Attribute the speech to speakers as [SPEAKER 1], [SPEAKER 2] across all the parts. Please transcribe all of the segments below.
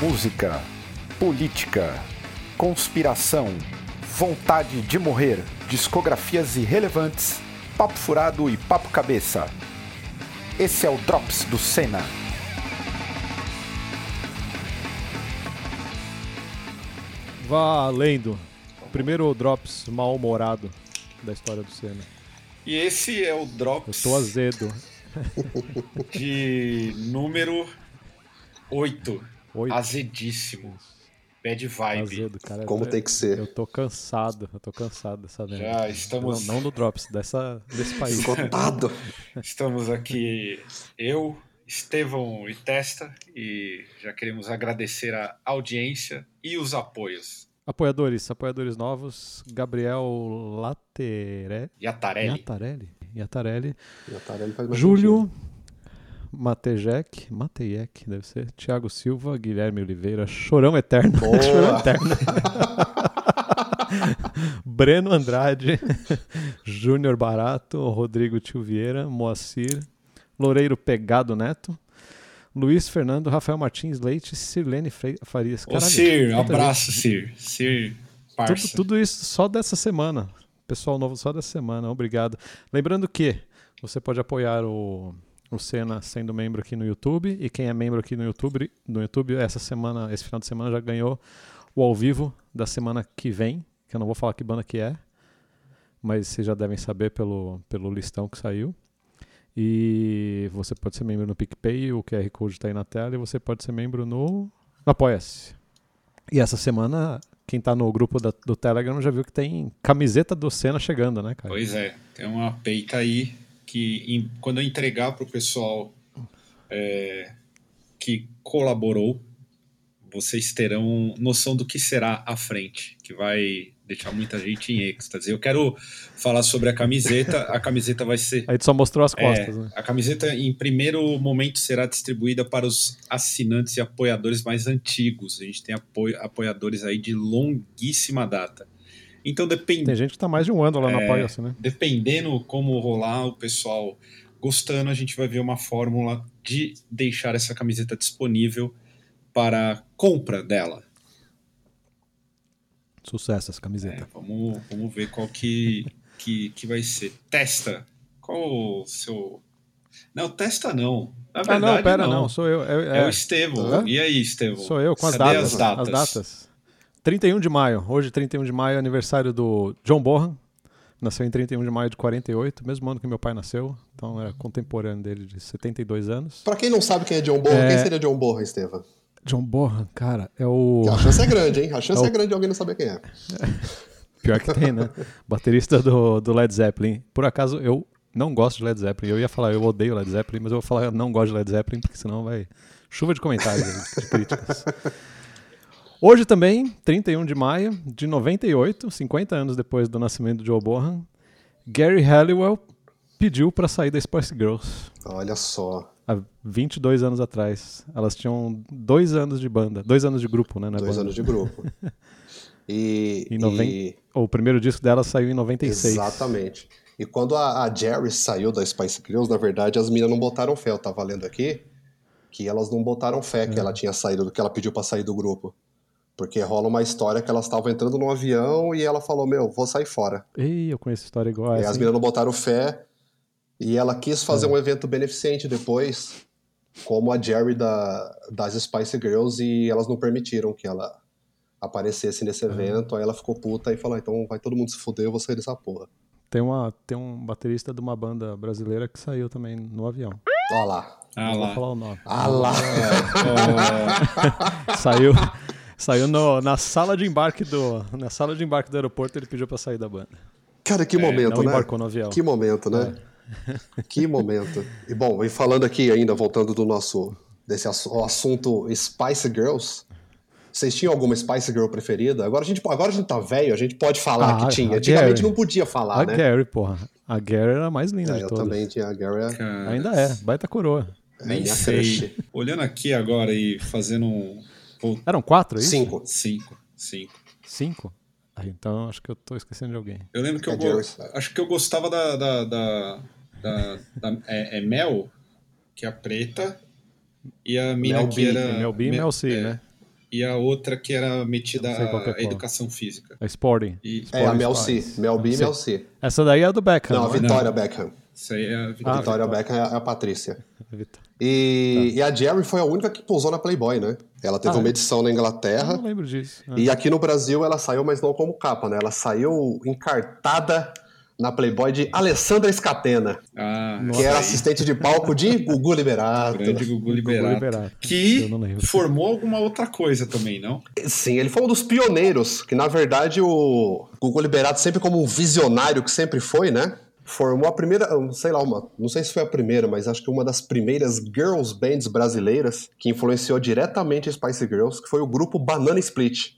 [SPEAKER 1] música, política, conspiração, vontade de morrer, discografias irrelevantes, papo furado e papo cabeça. Esse é o Drops do Senna.
[SPEAKER 2] Valendo. Primeiro Drops mal-humorado da história do Senna.
[SPEAKER 3] E esse é o
[SPEAKER 2] Eu
[SPEAKER 3] Drops
[SPEAKER 2] tô azedo.
[SPEAKER 3] de número 8.
[SPEAKER 2] Oito.
[SPEAKER 3] Azedíssimo. Bad vibe.
[SPEAKER 2] Azedo, cara.
[SPEAKER 4] Como
[SPEAKER 2] Eu-
[SPEAKER 4] tem que ser.
[SPEAKER 2] Eu tô cansado, eu tô cansado dessa merda.
[SPEAKER 3] Já estamos,
[SPEAKER 2] Não, não do Drops, dessa, desse país.
[SPEAKER 4] Esgotado.
[SPEAKER 3] estamos aqui, eu, Estevão e Testa, e já queremos agradecer a audiência e os apoios.
[SPEAKER 2] apoiadores, apoiadores novos, Gabriel Latere...
[SPEAKER 3] E a Tarelli.
[SPEAKER 2] Iatarelli? Iatarelli.
[SPEAKER 4] Já tá, né? Ele faz mais
[SPEAKER 2] Júlio Matejek, Matejek deve ser, Thiago Silva, Guilherme Oliveira, Chorão Eterno,
[SPEAKER 4] Boa.
[SPEAKER 2] Chorão Eterno. Breno Andrade, Júnior Barato, Rodrigo Tio Vieira, Moacir, Loureiro Pegado Neto, Luiz Fernando, Rafael Martins Leite, Sirlene Fre- Farias.
[SPEAKER 3] Ô,
[SPEAKER 2] Caralho,
[SPEAKER 3] Sir,
[SPEAKER 2] tanta
[SPEAKER 3] abraço, Sir. Sir,
[SPEAKER 2] tudo,
[SPEAKER 3] parça.
[SPEAKER 2] tudo isso só dessa semana. Pessoal novo só dessa semana, obrigado. Lembrando que você pode apoiar o, o Senna sendo membro aqui no YouTube. E quem é membro aqui no YouTube, no YouTube, essa semana, esse final de semana já ganhou o ao vivo da semana que vem, que eu não vou falar que banda que é, mas vocês já devem saber pelo, pelo listão que saiu. E você pode ser membro no PicPay, o QR Code está aí na tela, e você pode ser membro no Apoia-se. E essa semana, quem tá no grupo da- do Telegram já viu que tem camiseta do Senna chegando, né, cara?
[SPEAKER 3] Pois é, tem uma peita aí que em- quando eu entregar pro pessoal é, que colaborou, vocês terão noção do que será à frente, que vai deixar muita gente em êxtase. Eu quero falar sobre a camiseta. A camiseta vai ser.
[SPEAKER 2] Aí tu só mostrou as
[SPEAKER 3] é,
[SPEAKER 2] costas, né?
[SPEAKER 3] a camiseta, em primeiro momento, será distribuída para os assinantes e apoiadores mais antigos. A gente tem apoio, apoiadores aí de longuíssima data. Então, dependendo.
[SPEAKER 2] Tem gente que tá mais de um ano lá
[SPEAKER 3] É.
[SPEAKER 2] no Apoia-se, né?
[SPEAKER 3] Dependendo como rolar, o pessoal gostando, a gente vai ver uma fórmula de deixar essa camiseta disponível para compra dela.
[SPEAKER 2] Sucesso essa
[SPEAKER 3] É,
[SPEAKER 2] camiseta.
[SPEAKER 3] vamos, vamos ver qual que, que, que vai ser. Testa. Qual o seu. Não, testa não. Na
[SPEAKER 2] Ah,
[SPEAKER 3] verdade,
[SPEAKER 2] não, pera, não.
[SPEAKER 3] não.
[SPEAKER 2] sou eu. é-
[SPEAKER 3] É,
[SPEAKER 2] é,
[SPEAKER 3] o Estevão.
[SPEAKER 2] Hã?
[SPEAKER 3] E aí, Estevão?
[SPEAKER 2] sou eu com as
[SPEAKER 3] Cadê
[SPEAKER 2] datas,
[SPEAKER 3] as datas?
[SPEAKER 2] As datas. 31 de maio. Hoje, 31 de maio, é aniversário do John Bonham. Nasceu em 31 de maio de 48, mesmo ano que meu pai nasceu. Então era contemporâneo dele, de 72 anos.
[SPEAKER 4] Pra quem não sabe quem é John Borra, quem seria John Borra, Estevam?
[SPEAKER 2] John Bonham, cara, é o.
[SPEAKER 4] A chance é grande, hein? A chance
[SPEAKER 2] É o-
[SPEAKER 4] é grande de alguém não saber quem é.
[SPEAKER 2] Pior que tem, né? Baterista do, do Led Zeppelin. Por acaso, eu não gosto de Led Zeppelin. Eu ia falar, eu odeio Led Zeppelin, mas eu vou falar, eu não gosto de Led Zeppelin, porque senão vai. Chuva de comentários, aí, de críticas. Hoje também, 31 de maio de 98, 50 anos depois do nascimento do Joe Bonham, Gary Halliwell pediu para sair da Spice Girls.
[SPEAKER 4] Olha só.
[SPEAKER 2] Há 22 anos atrás. Elas tinham dois anos de banda, dois anos de grupo, né? na
[SPEAKER 4] Dois
[SPEAKER 2] banda.
[SPEAKER 4] anos de grupo. E.
[SPEAKER 2] Em noven-
[SPEAKER 4] e-
[SPEAKER 2] O primeiro disco delas saiu em 96.
[SPEAKER 4] Exatamente. E quando a, a Jerry saiu da Spice Girls, na verdade, as meninas não botaram fé. Eu tava lendo aqui que elas não botaram fé
[SPEAKER 2] É.
[SPEAKER 4] que ela tinha saído, que ela pediu pra sair do grupo. Porque rola uma história que elas estavam entrando num avião e ela falou: Meu, vou sair fora.
[SPEAKER 2] Ei, eu conheço história igual a
[SPEAKER 4] E
[SPEAKER 2] essa.
[SPEAKER 4] É, as
[SPEAKER 2] hein?
[SPEAKER 4] meninas não botaram fé. E ela quis fazer um evento beneficente depois, como a Jerry da, das Spice Girls, e elas não permitiram que ela aparecesse nesse evento. Aí ela ficou puta e falou: "Ah, Então vai todo mundo se fuder, eu vou sair dessa porra.
[SPEAKER 2] Tem, uma, tem um baterista de uma banda brasileira que saiu também no avião.
[SPEAKER 4] Olha lá.
[SPEAKER 3] Ah
[SPEAKER 2] Não vou
[SPEAKER 3] lá.
[SPEAKER 2] falar o nome.
[SPEAKER 4] Ah lá.
[SPEAKER 2] Saiu, saiu no- na sala de embarque do na sala de embarque do aeroporto ele pediu pra sair da banda.
[SPEAKER 4] Cara, que momento,
[SPEAKER 2] É, não
[SPEAKER 4] né?
[SPEAKER 2] embarcou no avião. É.
[SPEAKER 4] Que momento, né? que momento. E bom, e falando aqui ainda, voltando do nosso desse ass- o assunto Spice Girls. Vocês tinham alguma Spice Girl preferida? Agora a gente, agora a gente tá velho, a gente pode falar
[SPEAKER 2] Ah,
[SPEAKER 4] que tinha.
[SPEAKER 2] a
[SPEAKER 4] Antigamente
[SPEAKER 2] Gary.
[SPEAKER 4] não podia
[SPEAKER 2] a
[SPEAKER 4] falar, né?
[SPEAKER 2] Gary, porra. A Gary era a mais linda
[SPEAKER 4] É,
[SPEAKER 2] de
[SPEAKER 4] eu
[SPEAKER 2] todas.
[SPEAKER 4] também tinha a Gary.
[SPEAKER 3] Cara,
[SPEAKER 2] Ainda é, baita coroa.
[SPEAKER 3] Nem
[SPEAKER 4] minha
[SPEAKER 3] sei.
[SPEAKER 4] crush.
[SPEAKER 3] Olhando aqui agora e fazendo um. Pô,
[SPEAKER 2] Eram quatro, é isso?
[SPEAKER 4] Cinco.
[SPEAKER 3] Cinco. Cinco.
[SPEAKER 2] Cinco? Ah, então acho que eu tô esquecendo de alguém.
[SPEAKER 3] Eu lembro que
[SPEAKER 4] É
[SPEAKER 3] eu go-
[SPEAKER 4] Jerry.
[SPEAKER 3] acho que eu gostava da da, da, da- da- é, é Mel, que é a preta, e a mina
[SPEAKER 4] Mel
[SPEAKER 3] que
[SPEAKER 4] B,
[SPEAKER 3] era
[SPEAKER 2] Mel B e
[SPEAKER 3] Me-
[SPEAKER 2] Mel C,
[SPEAKER 3] é,
[SPEAKER 2] né?
[SPEAKER 3] e a outra que era metida
[SPEAKER 2] Eu não sei qual que é
[SPEAKER 3] à
[SPEAKER 2] qual.
[SPEAKER 3] educação física.
[SPEAKER 2] A Sporting.
[SPEAKER 3] E
[SPEAKER 4] É, a
[SPEAKER 2] Sporting
[SPEAKER 4] Mel C.
[SPEAKER 2] Spice.
[SPEAKER 4] Mel B e
[SPEAKER 2] Sim.
[SPEAKER 4] Mel C.
[SPEAKER 2] Essa daí é a do Beckham.
[SPEAKER 4] Não, a
[SPEAKER 2] não é?
[SPEAKER 4] Vitória Beckham.
[SPEAKER 3] isso aí é a
[SPEAKER 2] Ah,
[SPEAKER 3] vitória.
[SPEAKER 4] Vitória Beckham é a- é a Patrícia.
[SPEAKER 2] A Vitória.
[SPEAKER 4] E, e a Jerry foi a única que pousou na Playboy, né? Ela teve
[SPEAKER 2] Tá. Ah,
[SPEAKER 4] uma
[SPEAKER 2] é?
[SPEAKER 4] edição na
[SPEAKER 2] Eu
[SPEAKER 4] Inglaterra.
[SPEAKER 2] não lembro disso.
[SPEAKER 3] Ah.
[SPEAKER 2] né?
[SPEAKER 4] E aqui no Brasil ela saiu, mas não como capa, né? Ela saiu encartada na Playboy de Alessandra Escatena,
[SPEAKER 3] Ah,
[SPEAKER 4] que
[SPEAKER 3] essa
[SPEAKER 4] era
[SPEAKER 3] aí.
[SPEAKER 4] assistente de palco de Gugu Liberato.
[SPEAKER 3] grande Gugu
[SPEAKER 2] Gugu
[SPEAKER 3] Liberato.
[SPEAKER 2] Liberato.
[SPEAKER 3] Que
[SPEAKER 2] Eu não lembro.
[SPEAKER 3] formou alguma outra coisa também, não?
[SPEAKER 4] Sim, ele foi um dos pioneiros, que na verdade o Gugu Liberato, sempre como um visionário que sempre foi, né? Formou a primeira, eu sei lá, uma, não sei se foi a primeira, mas acho que uma das primeiras girls bands brasileiras que influenciou diretamente a Spice Girls, que foi o grupo Banana Split.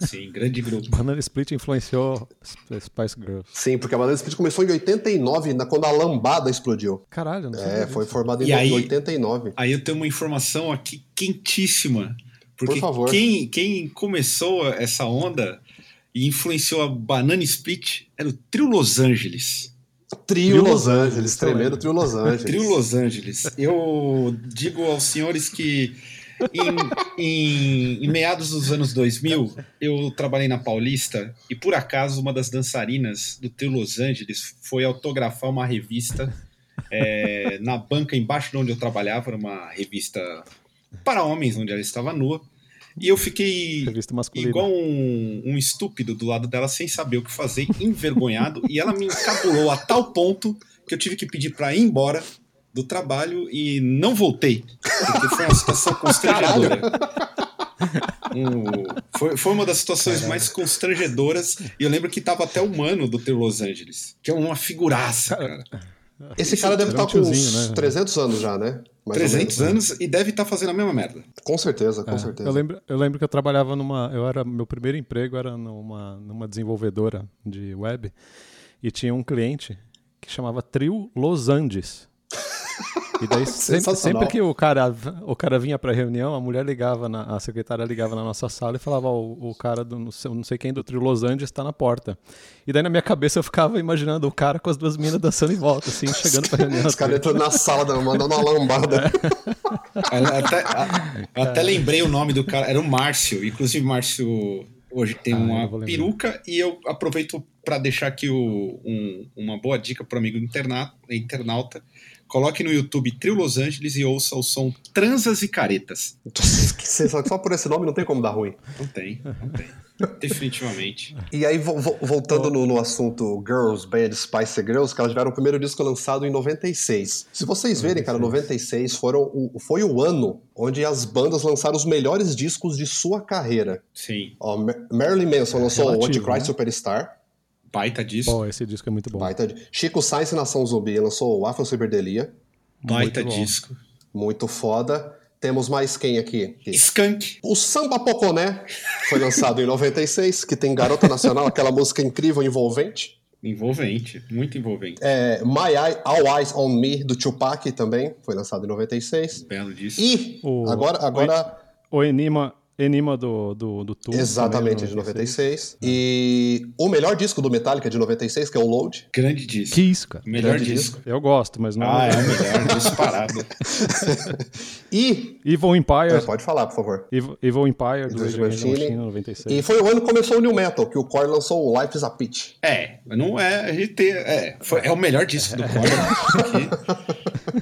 [SPEAKER 3] Sim, grande grupo.
[SPEAKER 2] Banana Split influenciou Sp- Spice Girls.
[SPEAKER 4] Sim, porque a Banana Split começou em 89, na- quando a lambada explodiu.
[SPEAKER 2] Caralho, não sei.
[SPEAKER 4] É, foi formado em
[SPEAKER 3] E aí-
[SPEAKER 4] 89.
[SPEAKER 3] Aí eu tenho uma informação aqui quentíssima. Porque
[SPEAKER 4] Por favor.
[SPEAKER 3] Quem, quem começou essa onda e influenciou a Banana Split era o Trio Los Angeles.
[SPEAKER 4] Trio Los Angeles, tremendo
[SPEAKER 2] lembro.
[SPEAKER 4] Trio Los Angeles.
[SPEAKER 3] Trio Los Angeles. Eu digo aos senhores que em, em- em meados dos anos 2000, eu trabalhei na Paulista e por acaso uma das dançarinas do Trio Los Angeles foi autografar uma revista eh, na banca embaixo de onde eu trabalhava, era uma revista para homens, onde ela estava nua. E eu fiquei
[SPEAKER 2] Revista masculina.
[SPEAKER 3] igual um, um estúpido do lado dela, sem saber o que fazer, envergonhado, e ela me encabulou a tal ponto que eu tive que pedir pra ir embora do trabalho e não voltei. Porque foi uma situação constrangedora. Um, foi, foi uma das situações mais constrangedoras, e eu lembro que tava até o mano do Teu Los Angeles, que é uma figuraça, cara.
[SPEAKER 4] Esse cara deve
[SPEAKER 2] Era um
[SPEAKER 4] estar com uns
[SPEAKER 2] tiozinho, né?
[SPEAKER 4] 300 anos já, né? Mais ou
[SPEAKER 3] 300
[SPEAKER 4] menos.
[SPEAKER 3] anos e deve estar fazendo a mesma merda.
[SPEAKER 4] Com certeza, com
[SPEAKER 2] É,
[SPEAKER 4] certeza.
[SPEAKER 2] Eu lembro, eu lembro que eu trabalhava numa. Eu era, meu primeiro emprego era numa, numa desenvolvedora de web e tinha um cliente que chamava Trio Los Andes. E daí sempre,
[SPEAKER 4] Sensacional.
[SPEAKER 2] sempre que o cara, o cara vinha pra reunião, a mulher ligava, na, a secretária ligava na nossa sala e falava: "Ó, o, o cara do não sei, não sei quem do Trio Los Andes tá na porta. E daí na minha cabeça eu ficava imaginando o cara com as duas meninas dançando em volta, assim, chegando pra reunião.
[SPEAKER 4] Os caras entrando tá na sala, dando- mandando uma lambada.
[SPEAKER 3] Até, a- até lembrei o nome do cara, era o Márcio. Inclusive, o Márcio hoje tem
[SPEAKER 2] Ah, eu vou
[SPEAKER 3] uma
[SPEAKER 2] lembrar.
[SPEAKER 3] peruca e eu aproveito para deixar aqui o- um- uma boa dica para amigo interna- internauta. Coloque no YouTube Trio Los Angeles e ouça o som Transas e Caretas.
[SPEAKER 4] Que sensação, Só por esse nome não tem como dar ruim.
[SPEAKER 3] Não tem, não tem. Definitivamente.
[SPEAKER 4] E aí, vo- vo- voltando no, no assunto Girls Band Spice Girls, que elas tiveram o primeiro disco lançado em 96. Se vocês verem, cara, 96 foram o, foi o ano onde as bandas lançaram os melhores discos de sua carreira.
[SPEAKER 3] Sim,
[SPEAKER 4] Ó, Ma- Marilyn Manson lançou o
[SPEAKER 2] Relativo,
[SPEAKER 4] Antichrist
[SPEAKER 2] né?
[SPEAKER 4] Superstar.
[SPEAKER 3] baita disso.
[SPEAKER 2] Pô, esse disco é muito bom.
[SPEAKER 4] baita de- Chico Sainz e Nação Zumbi lançou o Afro Ciberdelia.
[SPEAKER 3] baita
[SPEAKER 2] muito bom.
[SPEAKER 3] disco.
[SPEAKER 4] Muito foda. Temos mais quem aqui?
[SPEAKER 3] Skunk.
[SPEAKER 4] O Samba Poconé foi lançado em 96, que tem Garota Nacional, aquela música incrível, envolvente.
[SPEAKER 3] Envolvente, muito envolvente.
[SPEAKER 4] É, My Eye, All Eyes on Me, do Tupac também, foi lançado em 96.
[SPEAKER 3] Belo disco.
[SPEAKER 4] E
[SPEAKER 2] O-
[SPEAKER 4] agora, agora
[SPEAKER 2] O Enima, Enima do, do, do Tool.
[SPEAKER 4] exatamente,
[SPEAKER 2] também, né?
[SPEAKER 4] de 96. E o melhor disco do Metallica de 96, que é o Load.
[SPEAKER 3] Grande disco.
[SPEAKER 2] Que isso, cara.
[SPEAKER 3] Melhor
[SPEAKER 4] grande
[SPEAKER 3] disco.
[SPEAKER 2] Eu gosto, mas não.
[SPEAKER 3] Ah, é o melhor, disparado.
[SPEAKER 4] E.
[SPEAKER 2] Evil Empire.
[SPEAKER 4] Ah, pode falar, por favor.
[SPEAKER 2] Evil, Evil Empire do
[SPEAKER 4] Do
[SPEAKER 2] Rage Against the
[SPEAKER 4] Gilbertini.
[SPEAKER 2] Machine,
[SPEAKER 4] E
[SPEAKER 2] 96.
[SPEAKER 4] foi o ano que começou o New Metal, que o Core lançou o Life is a Pitch.
[SPEAKER 3] É, não é RT. É, foi- é o melhor disco do Korn. aqui.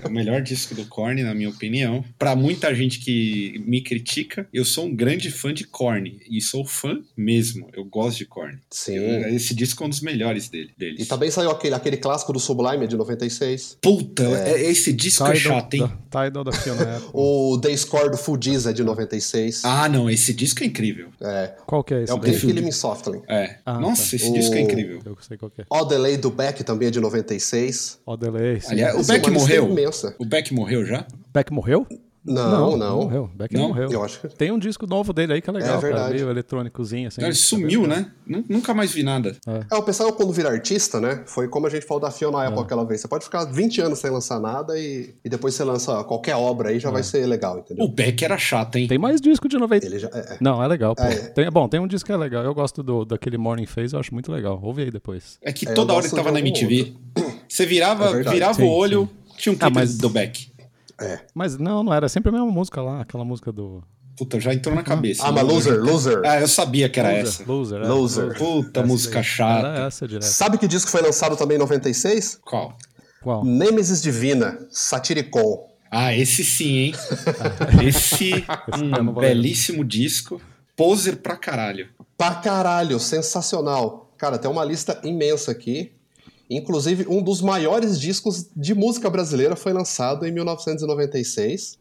[SPEAKER 3] É o melhor disco do Korn, na minha opinião. Pra muita gente que me critica, eu sou um grande fã de Korn. E sou fã mesmo. Eu gosto de Korn.
[SPEAKER 4] Sim.
[SPEAKER 3] Esse disco é um dos melhores dele, deles.
[SPEAKER 4] E também saiu aquele, aquele clássico do Sublime é de 96.
[SPEAKER 3] Puta, é- esse disco é chato, hein?
[SPEAKER 2] da, Tidal da Fiona é. Apple.
[SPEAKER 4] O The Score do Fujiz é de 96.
[SPEAKER 3] Ah, não, esse disco é incrível.
[SPEAKER 4] É,
[SPEAKER 2] Qual que é esse?
[SPEAKER 4] é o
[SPEAKER 2] daí?
[SPEAKER 4] Cliff Killing Me Softly.
[SPEAKER 3] É.
[SPEAKER 2] Ah,
[SPEAKER 3] Nossa,
[SPEAKER 2] tá.
[SPEAKER 3] esse disco é
[SPEAKER 4] O-
[SPEAKER 3] incrível.
[SPEAKER 2] Eu sei qual que é.
[SPEAKER 4] All the Delay do Beck também é de 96.
[SPEAKER 2] O Delay. sim.
[SPEAKER 3] Aliás, o
[SPEAKER 4] Esse
[SPEAKER 3] Beck
[SPEAKER 4] é uma lista
[SPEAKER 3] morreu.
[SPEAKER 4] imensa.
[SPEAKER 3] O Beck morreu já?
[SPEAKER 2] Beck morreu?
[SPEAKER 4] Não, não.
[SPEAKER 2] morreu. Beck
[SPEAKER 3] Não?
[SPEAKER 2] não morreu.
[SPEAKER 4] Eu acho que.
[SPEAKER 2] Tem um disco novo dele aí que é legal, cara.
[SPEAKER 4] verdade. Então
[SPEAKER 2] Meio eletrônicozinho assim.
[SPEAKER 3] Ele sumiu, né? Nu- Nunca mais vi nada.
[SPEAKER 4] É, o pessoal quando vira artista, né? Foi como a gente falou da Fiona Apple aquela vez. Você pode ficar 20 anos sem lançar nada e, e depois você lança qualquer obra aí já vai ser legal, entendeu?
[SPEAKER 3] O Beck era chato, hein?
[SPEAKER 2] Tem mais disco de 90.
[SPEAKER 4] Ele já. É, é.
[SPEAKER 2] Não, é legal, pô.
[SPEAKER 4] Ah, é.
[SPEAKER 2] Tem- bom, tem um disco que é legal. Eu gosto do, daquele Morning Phase, eu acho muito legal. Ouve aí depois.
[SPEAKER 3] É que
[SPEAKER 4] É, eu
[SPEAKER 3] toda hora
[SPEAKER 4] gosto
[SPEAKER 3] ele tava
[SPEAKER 4] de
[SPEAKER 3] na
[SPEAKER 4] algum
[SPEAKER 3] MTV. Você virava,
[SPEAKER 4] É verdade.
[SPEAKER 3] virava
[SPEAKER 2] Sim,
[SPEAKER 3] o olho, tinha um clipe
[SPEAKER 2] Ah, mas-
[SPEAKER 3] do Beck.
[SPEAKER 2] Mas não, não era sempre a mesma música lá, aquela música do.
[SPEAKER 3] Puta, já entrou na cabeça. né?
[SPEAKER 4] Ah, mas Loser, Loser.
[SPEAKER 3] Ah, eu sabia que era essa.
[SPEAKER 2] Loser, é,
[SPEAKER 4] Loser.
[SPEAKER 3] Puta,
[SPEAKER 2] Essa
[SPEAKER 3] música
[SPEAKER 2] daí.
[SPEAKER 3] chata.
[SPEAKER 2] Era essa direto.
[SPEAKER 4] Sabe que disco foi lançado também em 96?
[SPEAKER 3] Qual?
[SPEAKER 2] Qual?
[SPEAKER 4] Nemesis Divina, Satiricon.
[SPEAKER 3] Ah, esse sim, hein? esse
[SPEAKER 2] eu
[SPEAKER 3] um
[SPEAKER 2] não vou lembrar.
[SPEAKER 3] belíssimo disco. Poser pra caralho.
[SPEAKER 4] Pra caralho, sensacional. Cara, tem uma lista imensa aqui. Inclusive, um dos maiores discos de música brasileira foi lançado em 1996.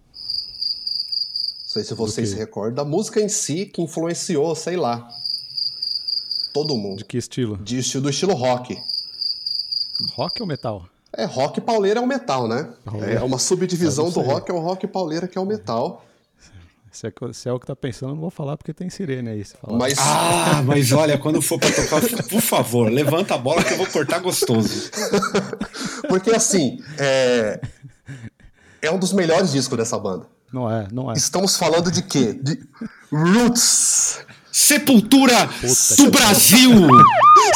[SPEAKER 4] Não sei se vocês
[SPEAKER 2] quê?
[SPEAKER 4] se recordam. A música em si que influenciou, sei lá, todo
[SPEAKER 2] De
[SPEAKER 4] mundo.
[SPEAKER 2] que estilo?
[SPEAKER 4] De estilo, do estilo rock.
[SPEAKER 2] Rock ou metal?
[SPEAKER 4] É, rock pauleira é o metal, né?
[SPEAKER 2] Pauleira.
[SPEAKER 4] É uma subdivisão
[SPEAKER 2] É, não
[SPEAKER 4] do
[SPEAKER 2] sei.
[SPEAKER 4] rock, é o rock pauleira que é o metal.
[SPEAKER 2] Se é, co- se é o que tá pensando, eu não vou falar porque tem sirene aí. Se falar.
[SPEAKER 4] Mas
[SPEAKER 3] Ah, mas olha, quando for pra tocar, por favor, levanta a bola que eu vou cortar gostoso.
[SPEAKER 4] Porque assim, é... é um dos melhores discos dessa banda.
[SPEAKER 2] Não é, não é.
[SPEAKER 4] Estamos falando de quê? De Roots,
[SPEAKER 3] Sepultura do Brasil!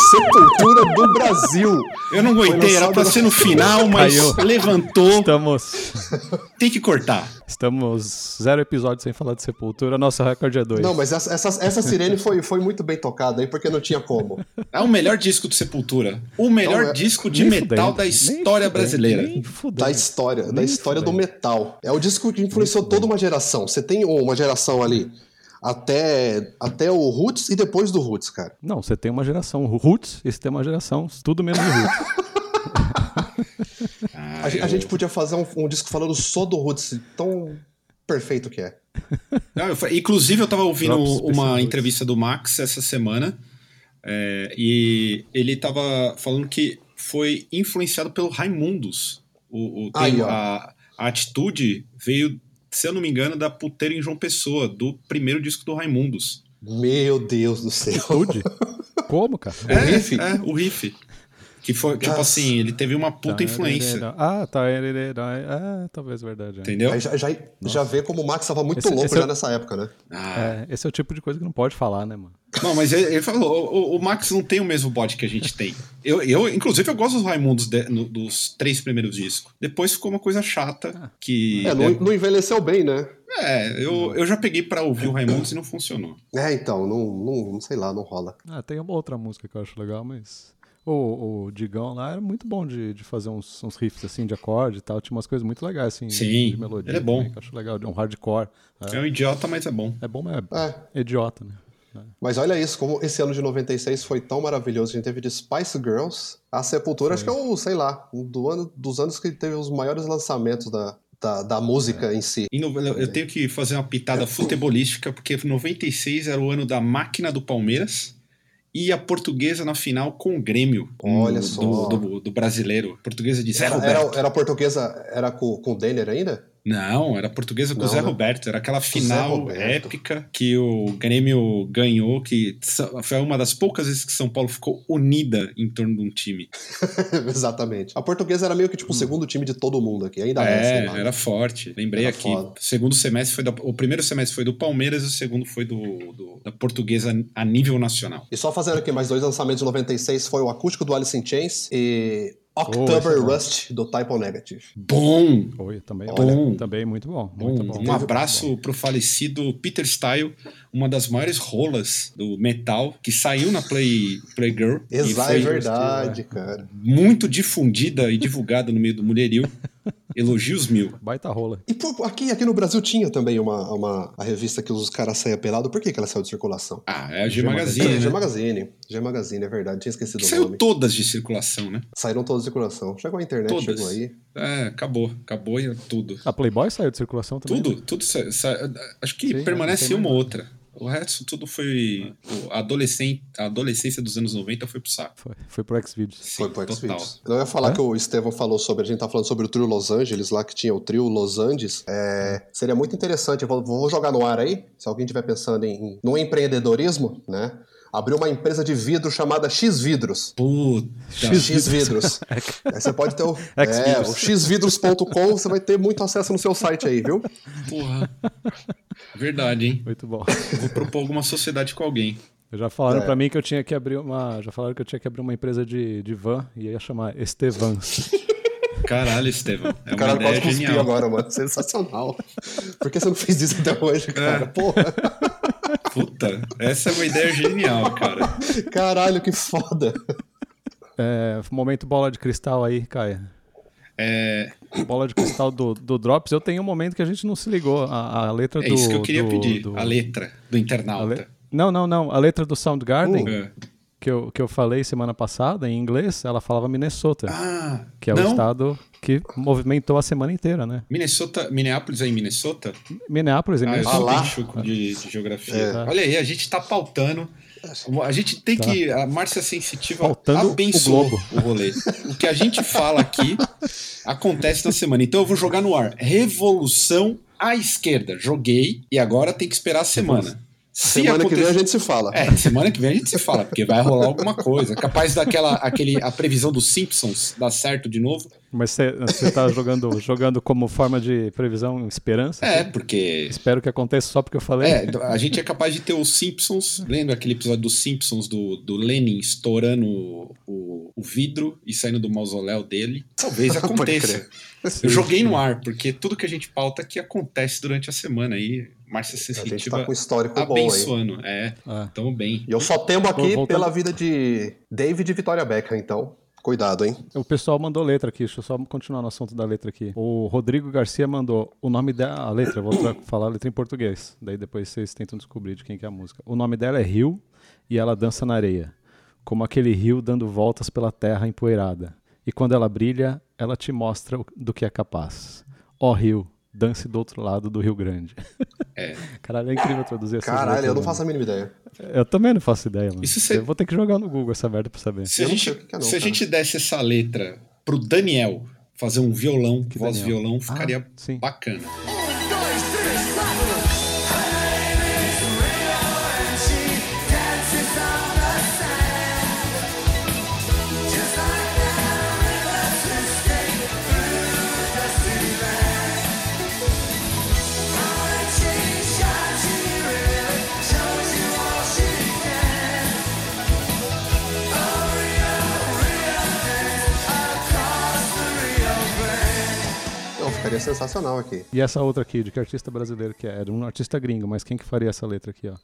[SPEAKER 4] Sepultura do Brasil.
[SPEAKER 3] Eu não aguentei, era
[SPEAKER 4] né?
[SPEAKER 3] pra ser no final, mas
[SPEAKER 2] Caiu. Então-
[SPEAKER 3] levantou.
[SPEAKER 2] Estamos,
[SPEAKER 3] Tem que cortar.
[SPEAKER 2] estamos zero episódios sem falar de Sepultura. Nosso recorde é dois.
[SPEAKER 4] Não, mas essa, essa, essa sirene foi, foi muito bem tocada aí, porque não tinha como.
[SPEAKER 3] É o melhor disco do Sepultura. O melhor
[SPEAKER 4] Não, é-
[SPEAKER 3] disco de
[SPEAKER 2] Nem
[SPEAKER 3] metal
[SPEAKER 2] fudendo,
[SPEAKER 3] da
[SPEAKER 2] nem
[SPEAKER 3] história
[SPEAKER 2] fudendo,
[SPEAKER 3] brasileira.
[SPEAKER 2] Nem fudendo.
[SPEAKER 4] Da história, da
[SPEAKER 2] Nem
[SPEAKER 4] história do
[SPEAKER 2] fudendo.
[SPEAKER 4] metal. É o disco que influenciou toda uma geração. Você tem uma geração ali até, até o Roots e depois do Roots, cara.
[SPEAKER 2] Não, você tem uma geração Roots e você tem uma geração tudo menos Roots.
[SPEAKER 3] Ah,
[SPEAKER 4] A, ge- a
[SPEAKER 3] eu-
[SPEAKER 4] gente podia fazer um, um disco falando só do Roots, tão perfeito que é.
[SPEAKER 3] Não, eu fa- inclusive, eu estava ouvindo
[SPEAKER 2] Drops
[SPEAKER 3] uma
[SPEAKER 2] especiais.
[SPEAKER 3] entrevista do Max essa semana é, e ele estava falando que foi influenciado pelo Raimundos. O, o- tem
[SPEAKER 4] Aí, ó.
[SPEAKER 3] a, a atitude veio, se eu não me engano, da puteira em João Pessoa, do primeiro disco do Raimundos.
[SPEAKER 4] Meu Deus do céu.
[SPEAKER 2] Tude? Como, cara?
[SPEAKER 4] O riff?
[SPEAKER 3] É, o riff. Que foi, tipo
[SPEAKER 4] Nossa.
[SPEAKER 3] assim, ele teve uma
[SPEAKER 2] Tá, é,
[SPEAKER 3] puta influência.
[SPEAKER 2] Ah, tá. Ah, talvez verdade. é.
[SPEAKER 3] Entendeu?
[SPEAKER 4] Aí já, já, já vê como o Max estava muito
[SPEAKER 2] Esse-
[SPEAKER 4] louco
[SPEAKER 2] esse
[SPEAKER 4] já
[SPEAKER 2] é-
[SPEAKER 4] nessa época, né?
[SPEAKER 3] Ah.
[SPEAKER 2] É, esse é o tipo de coisa que não pode falar, né, mano?
[SPEAKER 3] Não, mas ele, ele falou, o, o Max não tem o mesmo bode que a gente tem. Eu, eu inclusive, eu gosto dos Raimundos de- no- dos três primeiros discos. Depois ficou uma coisa chata que.
[SPEAKER 4] É, não, não envelheceu bem, né?
[SPEAKER 3] É, eu, eu já peguei pra ouvir o Raimundos e não funcionou.
[SPEAKER 4] É, então, não, não, não sei lá, não rola.
[SPEAKER 2] Ah, tem uma outra música que eu acho legal, mas. O, o Digão lá era muito bom de, de fazer uns, uns riffs assim de acorde e tal. Tinha umas coisas muito legais, assim,
[SPEAKER 3] Sim,
[SPEAKER 2] de melodia.
[SPEAKER 3] ele é bom.
[SPEAKER 2] também, que eu acho legal, de um hardcore.
[SPEAKER 3] É um idiota, mas é bom.
[SPEAKER 2] É bom, mas
[SPEAKER 4] É,
[SPEAKER 2] é idiota, né?
[SPEAKER 4] mas olha isso, como esse ano de 96 foi tão maravilhoso. A gente teve de Spice Girls, a Sepultura, acho que é o, sei lá, um do ano, dos anos que teve os maiores lançamentos da, da, da
[SPEAKER 2] É.
[SPEAKER 4] música em si.
[SPEAKER 3] Em no- eu tenho que fazer uma pitada futebolística, porque 96 era o ano da máquina do Palmeiras e a portuguesa na final com o Grêmio.
[SPEAKER 4] Olha
[SPEAKER 3] do,
[SPEAKER 4] só.
[SPEAKER 3] Do, do- do brasileiro. Portuguesa de Zé
[SPEAKER 4] Era,
[SPEAKER 3] Roberto.
[SPEAKER 4] era, era portuguesa, era com, com o Denner ainda?
[SPEAKER 3] Não, era portuguesa com o
[SPEAKER 4] Não,
[SPEAKER 3] Zé
[SPEAKER 4] né?
[SPEAKER 3] Roberto. Era aquela
[SPEAKER 4] Zé
[SPEAKER 3] final
[SPEAKER 4] Roberto.
[SPEAKER 3] épica que o Grêmio ganhou, que sa- foi uma das poucas vezes que São Paulo ficou unida em torno de um time.
[SPEAKER 4] Exatamente. A portuguesa era meio que
[SPEAKER 2] Hum.
[SPEAKER 4] tipo o segundo time de todo mundo aqui, ainda é,
[SPEAKER 3] é,
[SPEAKER 4] sei lá.
[SPEAKER 3] era forte. Lembrei
[SPEAKER 4] Era
[SPEAKER 3] aqui.
[SPEAKER 4] foda.
[SPEAKER 3] O segundo semestre foi da, o primeiro semestre foi do Palmeiras e o segundo foi do, do- da portuguesa a nível nacional.
[SPEAKER 4] E só fazendo aqui mais dois lançamentos de 96 foi o acústico do Alice in Chains e
[SPEAKER 2] esse é
[SPEAKER 4] October
[SPEAKER 2] bom.
[SPEAKER 4] Rust do Type O Negative.
[SPEAKER 3] Bom,
[SPEAKER 2] Oi, é também,
[SPEAKER 4] Olha.
[SPEAKER 2] bom. também muito bom. Muito bom.
[SPEAKER 3] bom. Um abraço pro falecido Peter Style, uma das maiores rolas do metal que saiu na Play Playgirl. e né?
[SPEAKER 4] Exa, é
[SPEAKER 3] foi-
[SPEAKER 4] verdade, cara.
[SPEAKER 3] muito difundida e divulgada no meio do mulherio. Elogios mil.
[SPEAKER 2] Baita rola.
[SPEAKER 4] E pô, aqui, aqui no Brasil tinha também uma, uma a revista que os caras saíam pelado. Por que, que ela saiu de circulação?
[SPEAKER 3] Ah, é a G
[SPEAKER 2] G Magazine,
[SPEAKER 3] Magazine,
[SPEAKER 4] G
[SPEAKER 3] né?
[SPEAKER 4] Magazine. G Magazine, é verdade. Tinha esquecido
[SPEAKER 3] Que
[SPEAKER 4] o
[SPEAKER 3] saiu
[SPEAKER 4] nome.
[SPEAKER 3] todas de circulação, né?
[SPEAKER 4] Saíram todas de circulação. Chegou a internet,
[SPEAKER 3] Todas.
[SPEAKER 4] chegou aí.
[SPEAKER 3] É, acabou. Acabou e é tudo.
[SPEAKER 2] A Playboy saiu de circulação também. né?
[SPEAKER 3] Tudo, tudo. sa- sa- Acho que
[SPEAKER 2] Sim, não
[SPEAKER 3] permanece
[SPEAKER 2] tem
[SPEAKER 3] uma
[SPEAKER 2] mais
[SPEAKER 3] ou outra. O resto tudo foi. o adolescente, a adolescência dos anos 90 foi pro saco.
[SPEAKER 2] Foi, foi pro Xvideos.
[SPEAKER 3] Sim,
[SPEAKER 4] Foi pro
[SPEAKER 3] total.
[SPEAKER 4] Xvideos. Eu ia falar
[SPEAKER 2] Hã?
[SPEAKER 4] que o Estevão falou sobre, a gente tá falando sobre o trio Los Angeles lá, que tinha o trio Los Angeles. É, seria muito interessante, eu vou, vou jogar no ar aí, se alguém tiver pensando em, em no empreendedorismo, né? Abrir uma empresa de vidro chamada X Vidros.
[SPEAKER 3] Puta.
[SPEAKER 4] Tá. X Vidros. Aí você pode ter o, é,
[SPEAKER 2] Xvidros.
[SPEAKER 4] o xvidros.com, você vai ter muito acesso no seu site aí, viu?
[SPEAKER 3] Porra. Verdade, hein?
[SPEAKER 2] Muito bom.
[SPEAKER 3] Vou propor alguma sociedade com alguém.
[SPEAKER 2] Já falaram
[SPEAKER 4] É.
[SPEAKER 2] pra mim que eu tinha que abrir uma. Já falaram que eu tinha que abrir uma empresa de, de van e ia chamar Estevans.
[SPEAKER 3] Caralho, Estevão. É
[SPEAKER 4] o cara
[SPEAKER 3] uma
[SPEAKER 4] quase
[SPEAKER 3] ideia
[SPEAKER 4] cuspiu
[SPEAKER 3] genial.
[SPEAKER 4] agora, mano. Sensacional. Por que você não fez isso até
[SPEAKER 3] É.
[SPEAKER 4] hoje, cara? Porra.
[SPEAKER 3] Puta, essa é uma ideia genial, cara.
[SPEAKER 4] Caralho, que foda.
[SPEAKER 2] É, momento bola de cristal aí, Caia.
[SPEAKER 3] É,
[SPEAKER 2] Bola de cristal do, do Drops. Eu tenho um momento que a gente não se ligou. A, a letra
[SPEAKER 3] É
[SPEAKER 2] do.
[SPEAKER 3] isso que eu queria
[SPEAKER 2] do-
[SPEAKER 3] pedir.
[SPEAKER 2] do-
[SPEAKER 3] A letra do
[SPEAKER 2] a le-
[SPEAKER 3] internauta.
[SPEAKER 2] Não, não, não. A letra do Soundgarden,
[SPEAKER 3] É.
[SPEAKER 2] que, eu, que eu falei semana passada, em inglês, ela falava Minnesota,
[SPEAKER 3] Ah,
[SPEAKER 2] que é o
[SPEAKER 3] não.
[SPEAKER 2] estado que movimentou a semana inteira, né?
[SPEAKER 3] Minnesota, Minneapolis é em Minnesota?
[SPEAKER 2] Minneapolis e
[SPEAKER 3] Ah, eu
[SPEAKER 2] Minnesota.
[SPEAKER 4] Ah
[SPEAKER 3] sou
[SPEAKER 4] lá. É.
[SPEAKER 3] bicho de, de geografia. Olha aí, a gente tá pautando. A gente tem que. A Márcia Sensitiva
[SPEAKER 2] Tá. Pautando o
[SPEAKER 3] abençoou o,
[SPEAKER 2] globo.
[SPEAKER 3] rolê. O que a gente fala aqui acontece na semana. Então eu vou jogar no ar. Revolução à esquerda. Joguei e agora tem que esperar a semana. Se
[SPEAKER 4] Semana que vem a
[SPEAKER 3] acontecer-
[SPEAKER 4] gente se fala.
[SPEAKER 3] É, semana que vem a gente se fala, porque vai rolar alguma coisa. Capaz daquela aquele, a previsão dos Simpsons dar certo de novo.
[SPEAKER 2] Mas você- você tá jogando, jogando como forma de previsão esperança?
[SPEAKER 3] É, porque
[SPEAKER 2] Espero que aconteça só porque eu falei.
[SPEAKER 3] É, do- a gente é capaz de ter os Simpsons. Lembra aquele episódio dos Simpsons do, do Lenin estourando o, o- o vidro e saindo do mausoléu dele? Talvez
[SPEAKER 4] Pode
[SPEAKER 3] aconteça.
[SPEAKER 4] crer.
[SPEAKER 3] Eu joguei no ar, porque tudo que a gente pauta aqui acontece durante a semana aí. Márcia
[SPEAKER 4] A gente tá
[SPEAKER 3] Sensitiva
[SPEAKER 4] com um histórico bom aí.
[SPEAKER 3] abençoando. É,
[SPEAKER 2] Ah.
[SPEAKER 3] tamo bem.
[SPEAKER 4] E eu só temo aqui
[SPEAKER 2] Vou voltar.
[SPEAKER 4] pela vida de David e Vitória Beckham, então. Cuidado, hein?
[SPEAKER 2] O pessoal mandou letra aqui, deixa eu só continuar no assunto da letra aqui. O Rodrigo Garcia mandou o nome da letra, eu vou tra- falar a letra em português, daí depois vocês tentam descobrir de quem que é a música. O nome dela é Rio e ela dança na areia, como aquele rio dando voltas pela terra empoeirada. E quando ela brilha, ela te mostra o- do que é capaz. Ó Rio, dance do outro lado do Rio Grande.
[SPEAKER 3] É.
[SPEAKER 2] Caralho, é incrível traduzir essas
[SPEAKER 4] Caralho, eu não
[SPEAKER 2] letras,
[SPEAKER 4] faço a mínima ideia.
[SPEAKER 2] mano. Eu também não faço ideia, mano.
[SPEAKER 3] Isso cê-
[SPEAKER 2] Eu vou ter que jogar no Google essa merda pra saber.
[SPEAKER 3] Se, a
[SPEAKER 4] Eu não
[SPEAKER 3] gente,
[SPEAKER 4] sei o que que é não,
[SPEAKER 3] se a
[SPEAKER 4] cara.
[SPEAKER 3] gente desse essa letra pro Daniel fazer um violão,
[SPEAKER 2] Daniel?
[SPEAKER 3] voz-violão,
[SPEAKER 2] Ah,
[SPEAKER 3] ficaria
[SPEAKER 2] sim.
[SPEAKER 3] bacana.
[SPEAKER 4] Eu ficaria sensacional aqui.
[SPEAKER 2] E essa outra aqui, de que artista brasileiro que é? Era um artista gringo, mas quem que faria essa letra aqui, ó?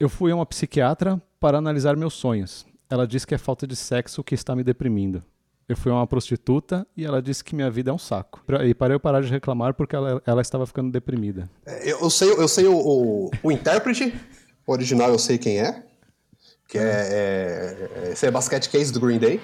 [SPEAKER 2] Eu fui a uma psiquiatra para analisar meus sonhos. Ela disse que é falta de sexo que está me deprimindo. Eu fui a uma prostituta e ela disse que minha vida é um saco. Pra- E para eu parar de reclamar porque ela, ela estava ficando deprimida.
[SPEAKER 4] É, Eu, eu sei, eu sei o, o, o intérprete original, eu sei quem é. Que é, é, é esse é Basket Case do Green Day.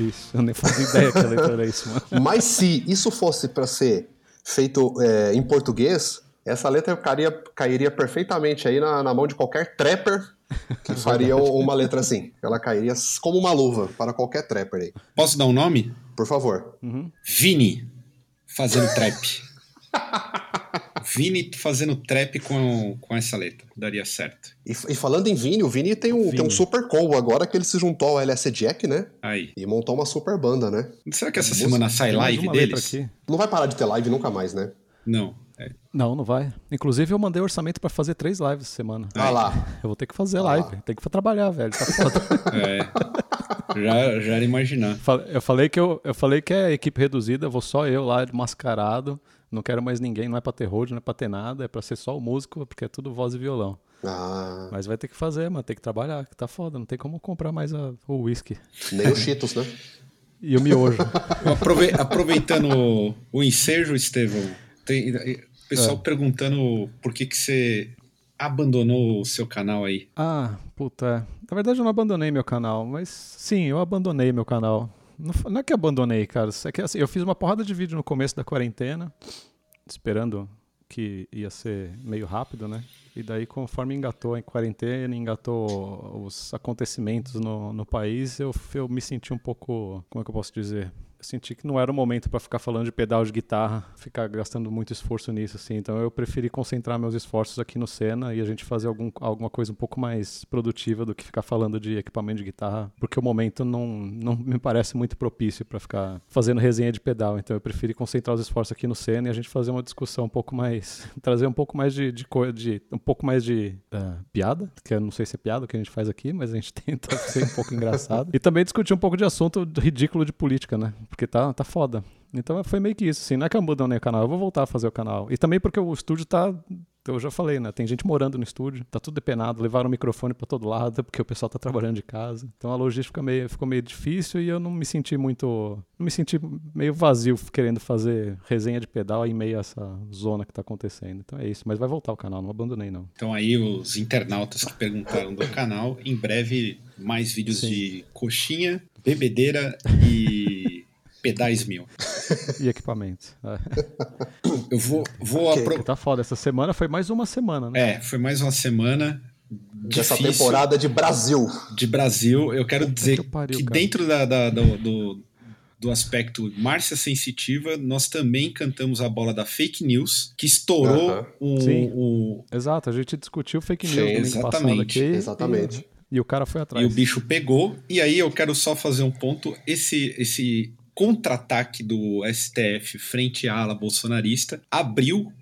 [SPEAKER 2] Isso, eu nem fazia ideia que a letra era isso, mano.
[SPEAKER 4] Mas se isso fosse pra ser feito é, em português, essa letra cairia, cairia perfeitamente aí na, na mão de qualquer trapper que faria u- uma letra assim. Ela cairia s- como uma luva para qualquer trapper aí.
[SPEAKER 3] Posso dar um nome?
[SPEAKER 4] Por favor.
[SPEAKER 3] Vini fazendo trap. Vini fazendo trap com, com essa letra. Daria certo.
[SPEAKER 4] E, f- e falando em Vini, o Vini tem um, tem um super combo agora que ele se juntou ao LS Jack, né?
[SPEAKER 3] Aí.
[SPEAKER 4] E montou uma super banda, né?
[SPEAKER 3] Será que essa semana sai
[SPEAKER 2] Tem mais
[SPEAKER 3] live
[SPEAKER 2] uma letra
[SPEAKER 3] deles?
[SPEAKER 2] aqui.
[SPEAKER 4] Não vai parar de ter live nunca mais, né?
[SPEAKER 3] Não. É.
[SPEAKER 2] Não, não vai. Inclusive, eu mandei orçamento pra fazer três lives essa semana.
[SPEAKER 4] Ah lá.
[SPEAKER 2] Eu vou ter que fazer
[SPEAKER 3] Ah.
[SPEAKER 2] live, tem que trabalhar, velho. Tá foda.
[SPEAKER 3] É. já, já era imaginar.
[SPEAKER 2] Fa- Eu falei que eu, eu falei que é equipe reduzida, vou só eu lá de mascarado, não quero mais ninguém, não é pra ter road, não é pra ter nada, é pra ser só o músico, porque é tudo voz e violão.
[SPEAKER 4] Ah,
[SPEAKER 2] Mas vai ter que fazer, mano, tem que trabalhar, que tá foda, não tem como comprar mais a- o whisky.
[SPEAKER 4] nem o Cheetos, né?
[SPEAKER 2] E o miojo.
[SPEAKER 3] Eu aprove- Aproveitando o, o ensejo, Estevão, tem o pessoal
[SPEAKER 4] É.
[SPEAKER 3] perguntando por que, que você abandonou o seu canal aí.
[SPEAKER 2] ah, puta. Na verdade eu não abandonei meu canal, mas sim, eu abandonei meu canal. Não, fo- não é que abandonei, cara, é que assim, eu fiz uma porrada de vídeo no começo da quarentena, esperando que ia ser meio rápido, né? E daí, conforme engatou em quarentena, engatou os acontecimentos no, no país, eu, eu me senti um pouco, como é que eu posso dizer? senti que não era o momento para ficar falando de pedal de guitarra, ficar gastando muito esforço nisso, assim. Então eu preferi concentrar meus esforços aqui no Senna e a gente fazer algum, alguma coisa um pouco mais produtiva do que ficar falando de equipamento de guitarra, porque o momento não, não me parece muito propício para ficar fazendo resenha de pedal. Então eu preferi concentrar os esforços aqui no Senna e a gente fazer uma discussão um pouco mais. trazer um pouco mais de, de, co- de um pouco mais de ah, piada, que eu não sei se é piada o que a gente faz aqui, mas a gente tenta ser um pouco engraçado. E também discutir um pouco de assunto ridículo de política, né? Porque tá, tá foda. Então foi meio que isso, assim. Não é que eu mudando o canal, eu vou voltar a fazer o canal. E também porque o estúdio tá. Eu já falei, né? Tem gente morando no estúdio, tá tudo depenado, levaram o microfone pra todo lado, porque o pessoal tá trabalhando de casa. Então a logística meio, ficou meio difícil e eu não me senti muito. Não me senti meio vazio querendo fazer resenha de pedal em meio a essa zona que tá acontecendo. Então é isso. Mas vai voltar o canal, não abandonei, não.
[SPEAKER 3] Então aí os internautas que perguntaram do canal, em breve mais vídeos
[SPEAKER 2] Sim.
[SPEAKER 3] de coxinha, bebedeira e pedais mil.
[SPEAKER 2] E equipamentos. É.
[SPEAKER 3] Eu vou, vou
[SPEAKER 4] Ok.
[SPEAKER 3] apro-
[SPEAKER 2] Tá foda. Essa semana foi mais uma semana, né?
[SPEAKER 3] É, foi mais uma semana
[SPEAKER 4] Dessa
[SPEAKER 3] difícil
[SPEAKER 4] temporada de Brasil.
[SPEAKER 3] de Brasil. Eu quero dizer
[SPEAKER 2] que
[SPEAKER 3] que,
[SPEAKER 2] pariu, cara.
[SPEAKER 3] dentro da, da- do, do, do aspecto Márcia Sensitiva, nós também cantamos a bola da fake news, que estourou
[SPEAKER 4] Aham.
[SPEAKER 3] um-
[SPEAKER 2] Sim.
[SPEAKER 3] um,
[SPEAKER 2] Exato, a gente discutiu fake news
[SPEAKER 4] Sim,
[SPEAKER 2] domingo passado
[SPEAKER 3] exatamente,
[SPEAKER 2] aqui.
[SPEAKER 4] Exatamente.
[SPEAKER 2] E, e o cara foi atrás.
[SPEAKER 3] E o bicho pegou. E aí eu quero só fazer um ponto. Esse, esse contra-ataque do STF frente à ala bolsonarista abriu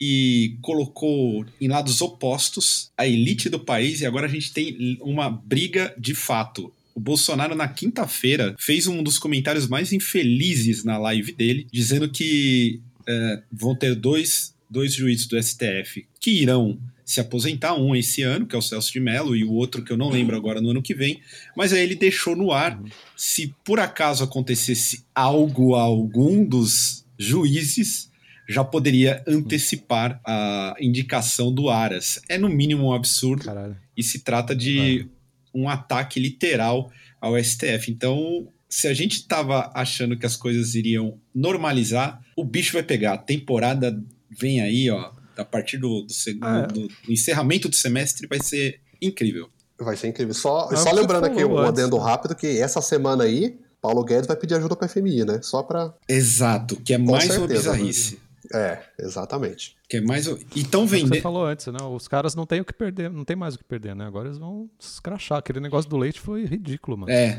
[SPEAKER 3] e colocou em lados opostos a elite do país. E agora a gente tem uma briga de fato. O Bolsonaro, na quinta-feira, fez um dos comentários mais infelizes na live dele, dizendo que eh, vão ter dois, dois juízes do STF que irão se aposentar, um esse ano, que é o Celso de Mello, e o outro que eu não lembro agora no ano que vem, mas aí ele deixou no ar se por acaso acontecesse algo a algum dos juízes, já poderia antecipar a indicação do Aras. É no mínimo um absurdo
[SPEAKER 2] Caralho.
[SPEAKER 3] e se trata de um ataque literal ao STF. Então, se a gente estava achando que as coisas iriam normalizar, o bicho vai pegar. A temporada vem aí, ó, a partir do, do seg-
[SPEAKER 2] Ah, é.
[SPEAKER 3] do- do encerramento do semestre, vai ser incrível.
[SPEAKER 4] Vai ser incrível. Só,
[SPEAKER 2] É o
[SPEAKER 4] só
[SPEAKER 2] que você
[SPEAKER 4] lembrando aqui,
[SPEAKER 2] falou
[SPEAKER 4] um
[SPEAKER 2] antes,
[SPEAKER 4] adendo
[SPEAKER 2] né?
[SPEAKER 4] rápido, que essa semana aí, Paulo Guedes vai pedir ajuda pra FMI, né? Só pra.
[SPEAKER 3] Exato, que é mais uma
[SPEAKER 4] certeza, né?
[SPEAKER 3] bizarrice.
[SPEAKER 4] É, exatamente.
[SPEAKER 3] Que é mais um- E estão
[SPEAKER 2] É o que Você
[SPEAKER 3] vendendo.
[SPEAKER 2] falou antes, né? Os caras não têm o que perder, não tem mais o que perder, né? Agora eles vão escrachar. Aquele negócio do leite foi ridículo, mano.
[SPEAKER 3] É.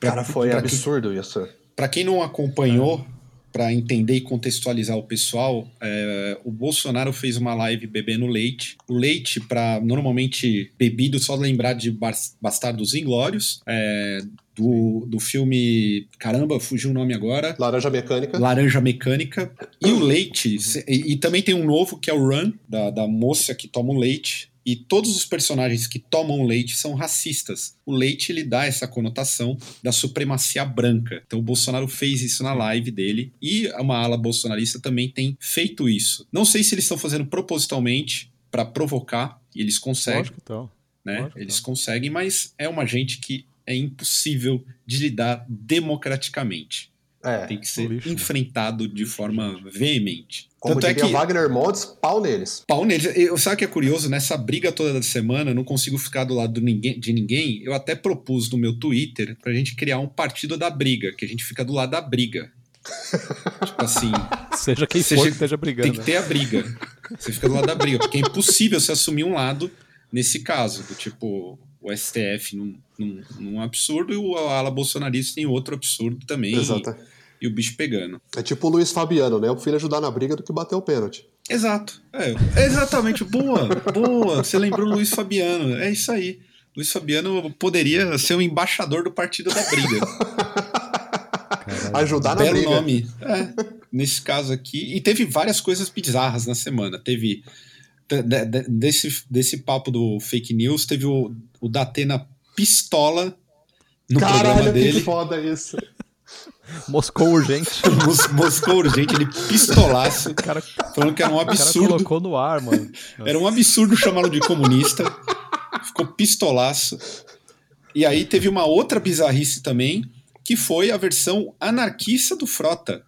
[SPEAKER 3] Pra-
[SPEAKER 4] Cara, foi
[SPEAKER 3] pra quem-
[SPEAKER 4] absurdo isso.
[SPEAKER 3] Para quem não acompanhou, para entender e contextualizar o pessoal, é, o Bolsonaro fez uma live bebendo leite. O leite, para normalmente bebido, só lembrar de Bas- Bastardos Inglórios, é, do, do filme. Caramba, fugiu o nome agora.
[SPEAKER 4] Laranja Mecânica.
[SPEAKER 3] Laranja Mecânica. E o leite, se- e, e também tem um novo que é o Run, da, da moça que toma o leite. E todos os personagens que tomam leite são racistas. O leite ele dá essa conotação da supremacia branca. Então o Bolsonaro fez isso na live dele e uma ala bolsonarista também tem feito isso. Não sei se eles estão fazendo propositalmente para provocar, e eles conseguem
[SPEAKER 2] Lógico então.
[SPEAKER 3] né?
[SPEAKER 2] Lógico,
[SPEAKER 3] Eles
[SPEAKER 2] claro.
[SPEAKER 3] conseguem, mas é uma gente que é impossível de lidar democraticamente.
[SPEAKER 4] É.
[SPEAKER 3] Tem que ser
[SPEAKER 2] lixo, né?
[SPEAKER 3] enfrentado de forma veemente.
[SPEAKER 4] Como
[SPEAKER 3] Tanto é
[SPEAKER 4] diria
[SPEAKER 3] que
[SPEAKER 4] Wagner Montes, pau neles.
[SPEAKER 3] pau neles. Eu, sabe o que é curioso? Nessa briga toda da semana, eu não consigo ficar do lado do ninguém- de ninguém. Eu até propus no meu Twitter pra gente criar um partido da briga, que a gente fica do lado da briga. tipo assim,
[SPEAKER 2] Seja quem
[SPEAKER 3] Seja-
[SPEAKER 2] for que esteja brigando. né?
[SPEAKER 3] tem que ter a briga. Você fica do lado da briga, porque é impossível você assumir um lado nesse caso, do tipo o STF num, num, num absurdo e o ala bolsonarista tem outro absurdo também. e-
[SPEAKER 4] Exato.
[SPEAKER 3] E o bicho pegando.
[SPEAKER 4] É tipo o Luiz Fabiano, né? Eu prefiro ajudar na briga do que bater o pênalti.
[SPEAKER 3] Exato. É, exatamente. Boa, boa. Você lembrou o Luiz Fabiano. É isso aí. Luiz Fabiano poderia ser o embaixador do partido da briga.
[SPEAKER 2] Caralho.
[SPEAKER 4] Ajudar Tá na
[SPEAKER 3] É, Belo
[SPEAKER 4] briga.
[SPEAKER 3] nome. É, nesse caso aqui. E teve várias coisas bizarras na semana. Teve. de- de- Desse, desse papo do fake news, teve o, o Datena pistola no
[SPEAKER 4] Caralho,
[SPEAKER 3] programa
[SPEAKER 4] que
[SPEAKER 3] dele.
[SPEAKER 4] foda isso.
[SPEAKER 2] Moscou urgente.
[SPEAKER 3] Mos- Moscou urgente, ele pistolaço,
[SPEAKER 2] O cara, o
[SPEAKER 3] falando que era um
[SPEAKER 2] cara
[SPEAKER 3] absurdo.
[SPEAKER 2] colocou no ar, mano.
[SPEAKER 3] Era um absurdo chamá-lo de comunista. Ficou pistolaço. E aí teve uma outra bizarrice também, que foi a versão anarquista do Frota.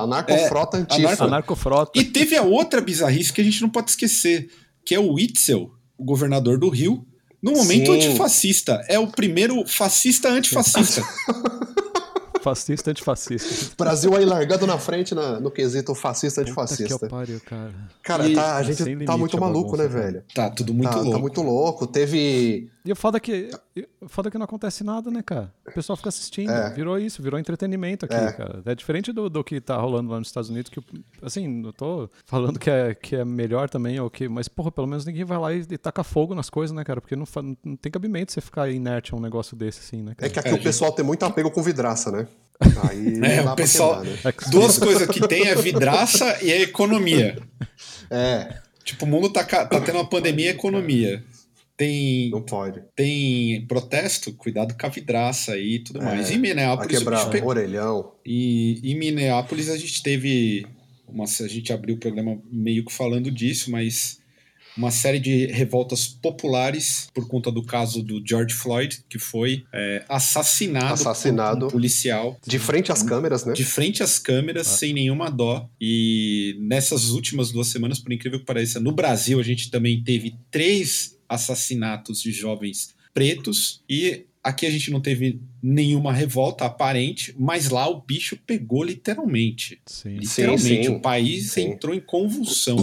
[SPEAKER 3] É,
[SPEAKER 4] anarco-frota antifa.
[SPEAKER 2] Anarcofrota.
[SPEAKER 3] E teve a outra bizarrice que a gente não pode esquecer, que é o Witzel, o governador do Rio, no momento
[SPEAKER 4] Sim.
[SPEAKER 3] antifascista. É o primeiro fascista antifascista.
[SPEAKER 2] Fascista antifascista.
[SPEAKER 4] Brasil aí largado na frente na- no quesito fascista
[SPEAKER 2] Puta que
[SPEAKER 4] antifascista.
[SPEAKER 2] eu pariu, cara.
[SPEAKER 4] Cara,
[SPEAKER 3] E-
[SPEAKER 4] tá, a
[SPEAKER 2] Sem
[SPEAKER 4] gente tá
[SPEAKER 2] limite
[SPEAKER 4] muito
[SPEAKER 2] a
[SPEAKER 4] maluco,
[SPEAKER 2] bagunça,
[SPEAKER 4] né,
[SPEAKER 2] cara.
[SPEAKER 4] velho?
[SPEAKER 3] Tá, tudo muito
[SPEAKER 4] tá, tá
[SPEAKER 3] louco.
[SPEAKER 4] muito louco. Teve.
[SPEAKER 2] E o foda é que, o foda é que não acontece nada, né, cara? O pessoal fica assistindo. Virou isso, virou entretenimento aqui,
[SPEAKER 4] É.
[SPEAKER 2] cara. É diferente do, do que tá rolando lá nos Estados Unidos, que, o- assim, não tô falando que é, que é melhor também, ou que, mas, porra, pelo menos ninguém vai lá e, e taca fogo nas coisas, né, cara? Porque não, fa- não tem cabimento você ficar inerte a um negócio desse, assim, né,
[SPEAKER 4] É
[SPEAKER 2] cara?
[SPEAKER 4] que aqui
[SPEAKER 3] É,
[SPEAKER 4] o pessoal tem muito apego com vidraça, né? Aí não
[SPEAKER 3] É,
[SPEAKER 4] dá
[SPEAKER 3] o
[SPEAKER 4] pra
[SPEAKER 3] pessoal.
[SPEAKER 4] quebrar, né?
[SPEAKER 3] Duas coisas que tem é vidraça e a economia.
[SPEAKER 4] É,
[SPEAKER 3] Tipo, o mundo tá, ca- tá tendo uma pandemia e economia. Tem,
[SPEAKER 4] não pode.
[SPEAKER 3] tem protesto, cuidado com a vidraça aí e tudo mais. Em
[SPEAKER 4] É, Vai
[SPEAKER 3] Minneapolis, o
[SPEAKER 4] quebrar um né?
[SPEAKER 3] bicho pegou.
[SPEAKER 4] orelhão.
[SPEAKER 3] E em Minneapolis a gente teve uma, a gente abriu o programa meio que falando disso, mas uma série de revoltas populares por conta do caso do George Floyd, que foi é, assassinado,
[SPEAKER 4] Assassinado.
[SPEAKER 3] por um policial
[SPEAKER 4] De frente às câmeras, né?
[SPEAKER 3] de frente às câmeras,
[SPEAKER 2] Ah.
[SPEAKER 3] sem nenhuma dó. E nessas últimas duas semanas, por incrível que pareça, no Brasil a gente também teve três assassinatos de jovens pretos e aqui a gente não teve nenhuma revolta aparente, mas lá o bicho pegou literalmente.
[SPEAKER 2] Sim. Tem
[SPEAKER 3] Literalmente,
[SPEAKER 4] sim.
[SPEAKER 3] o país
[SPEAKER 4] Sim.
[SPEAKER 3] entrou em convulsão.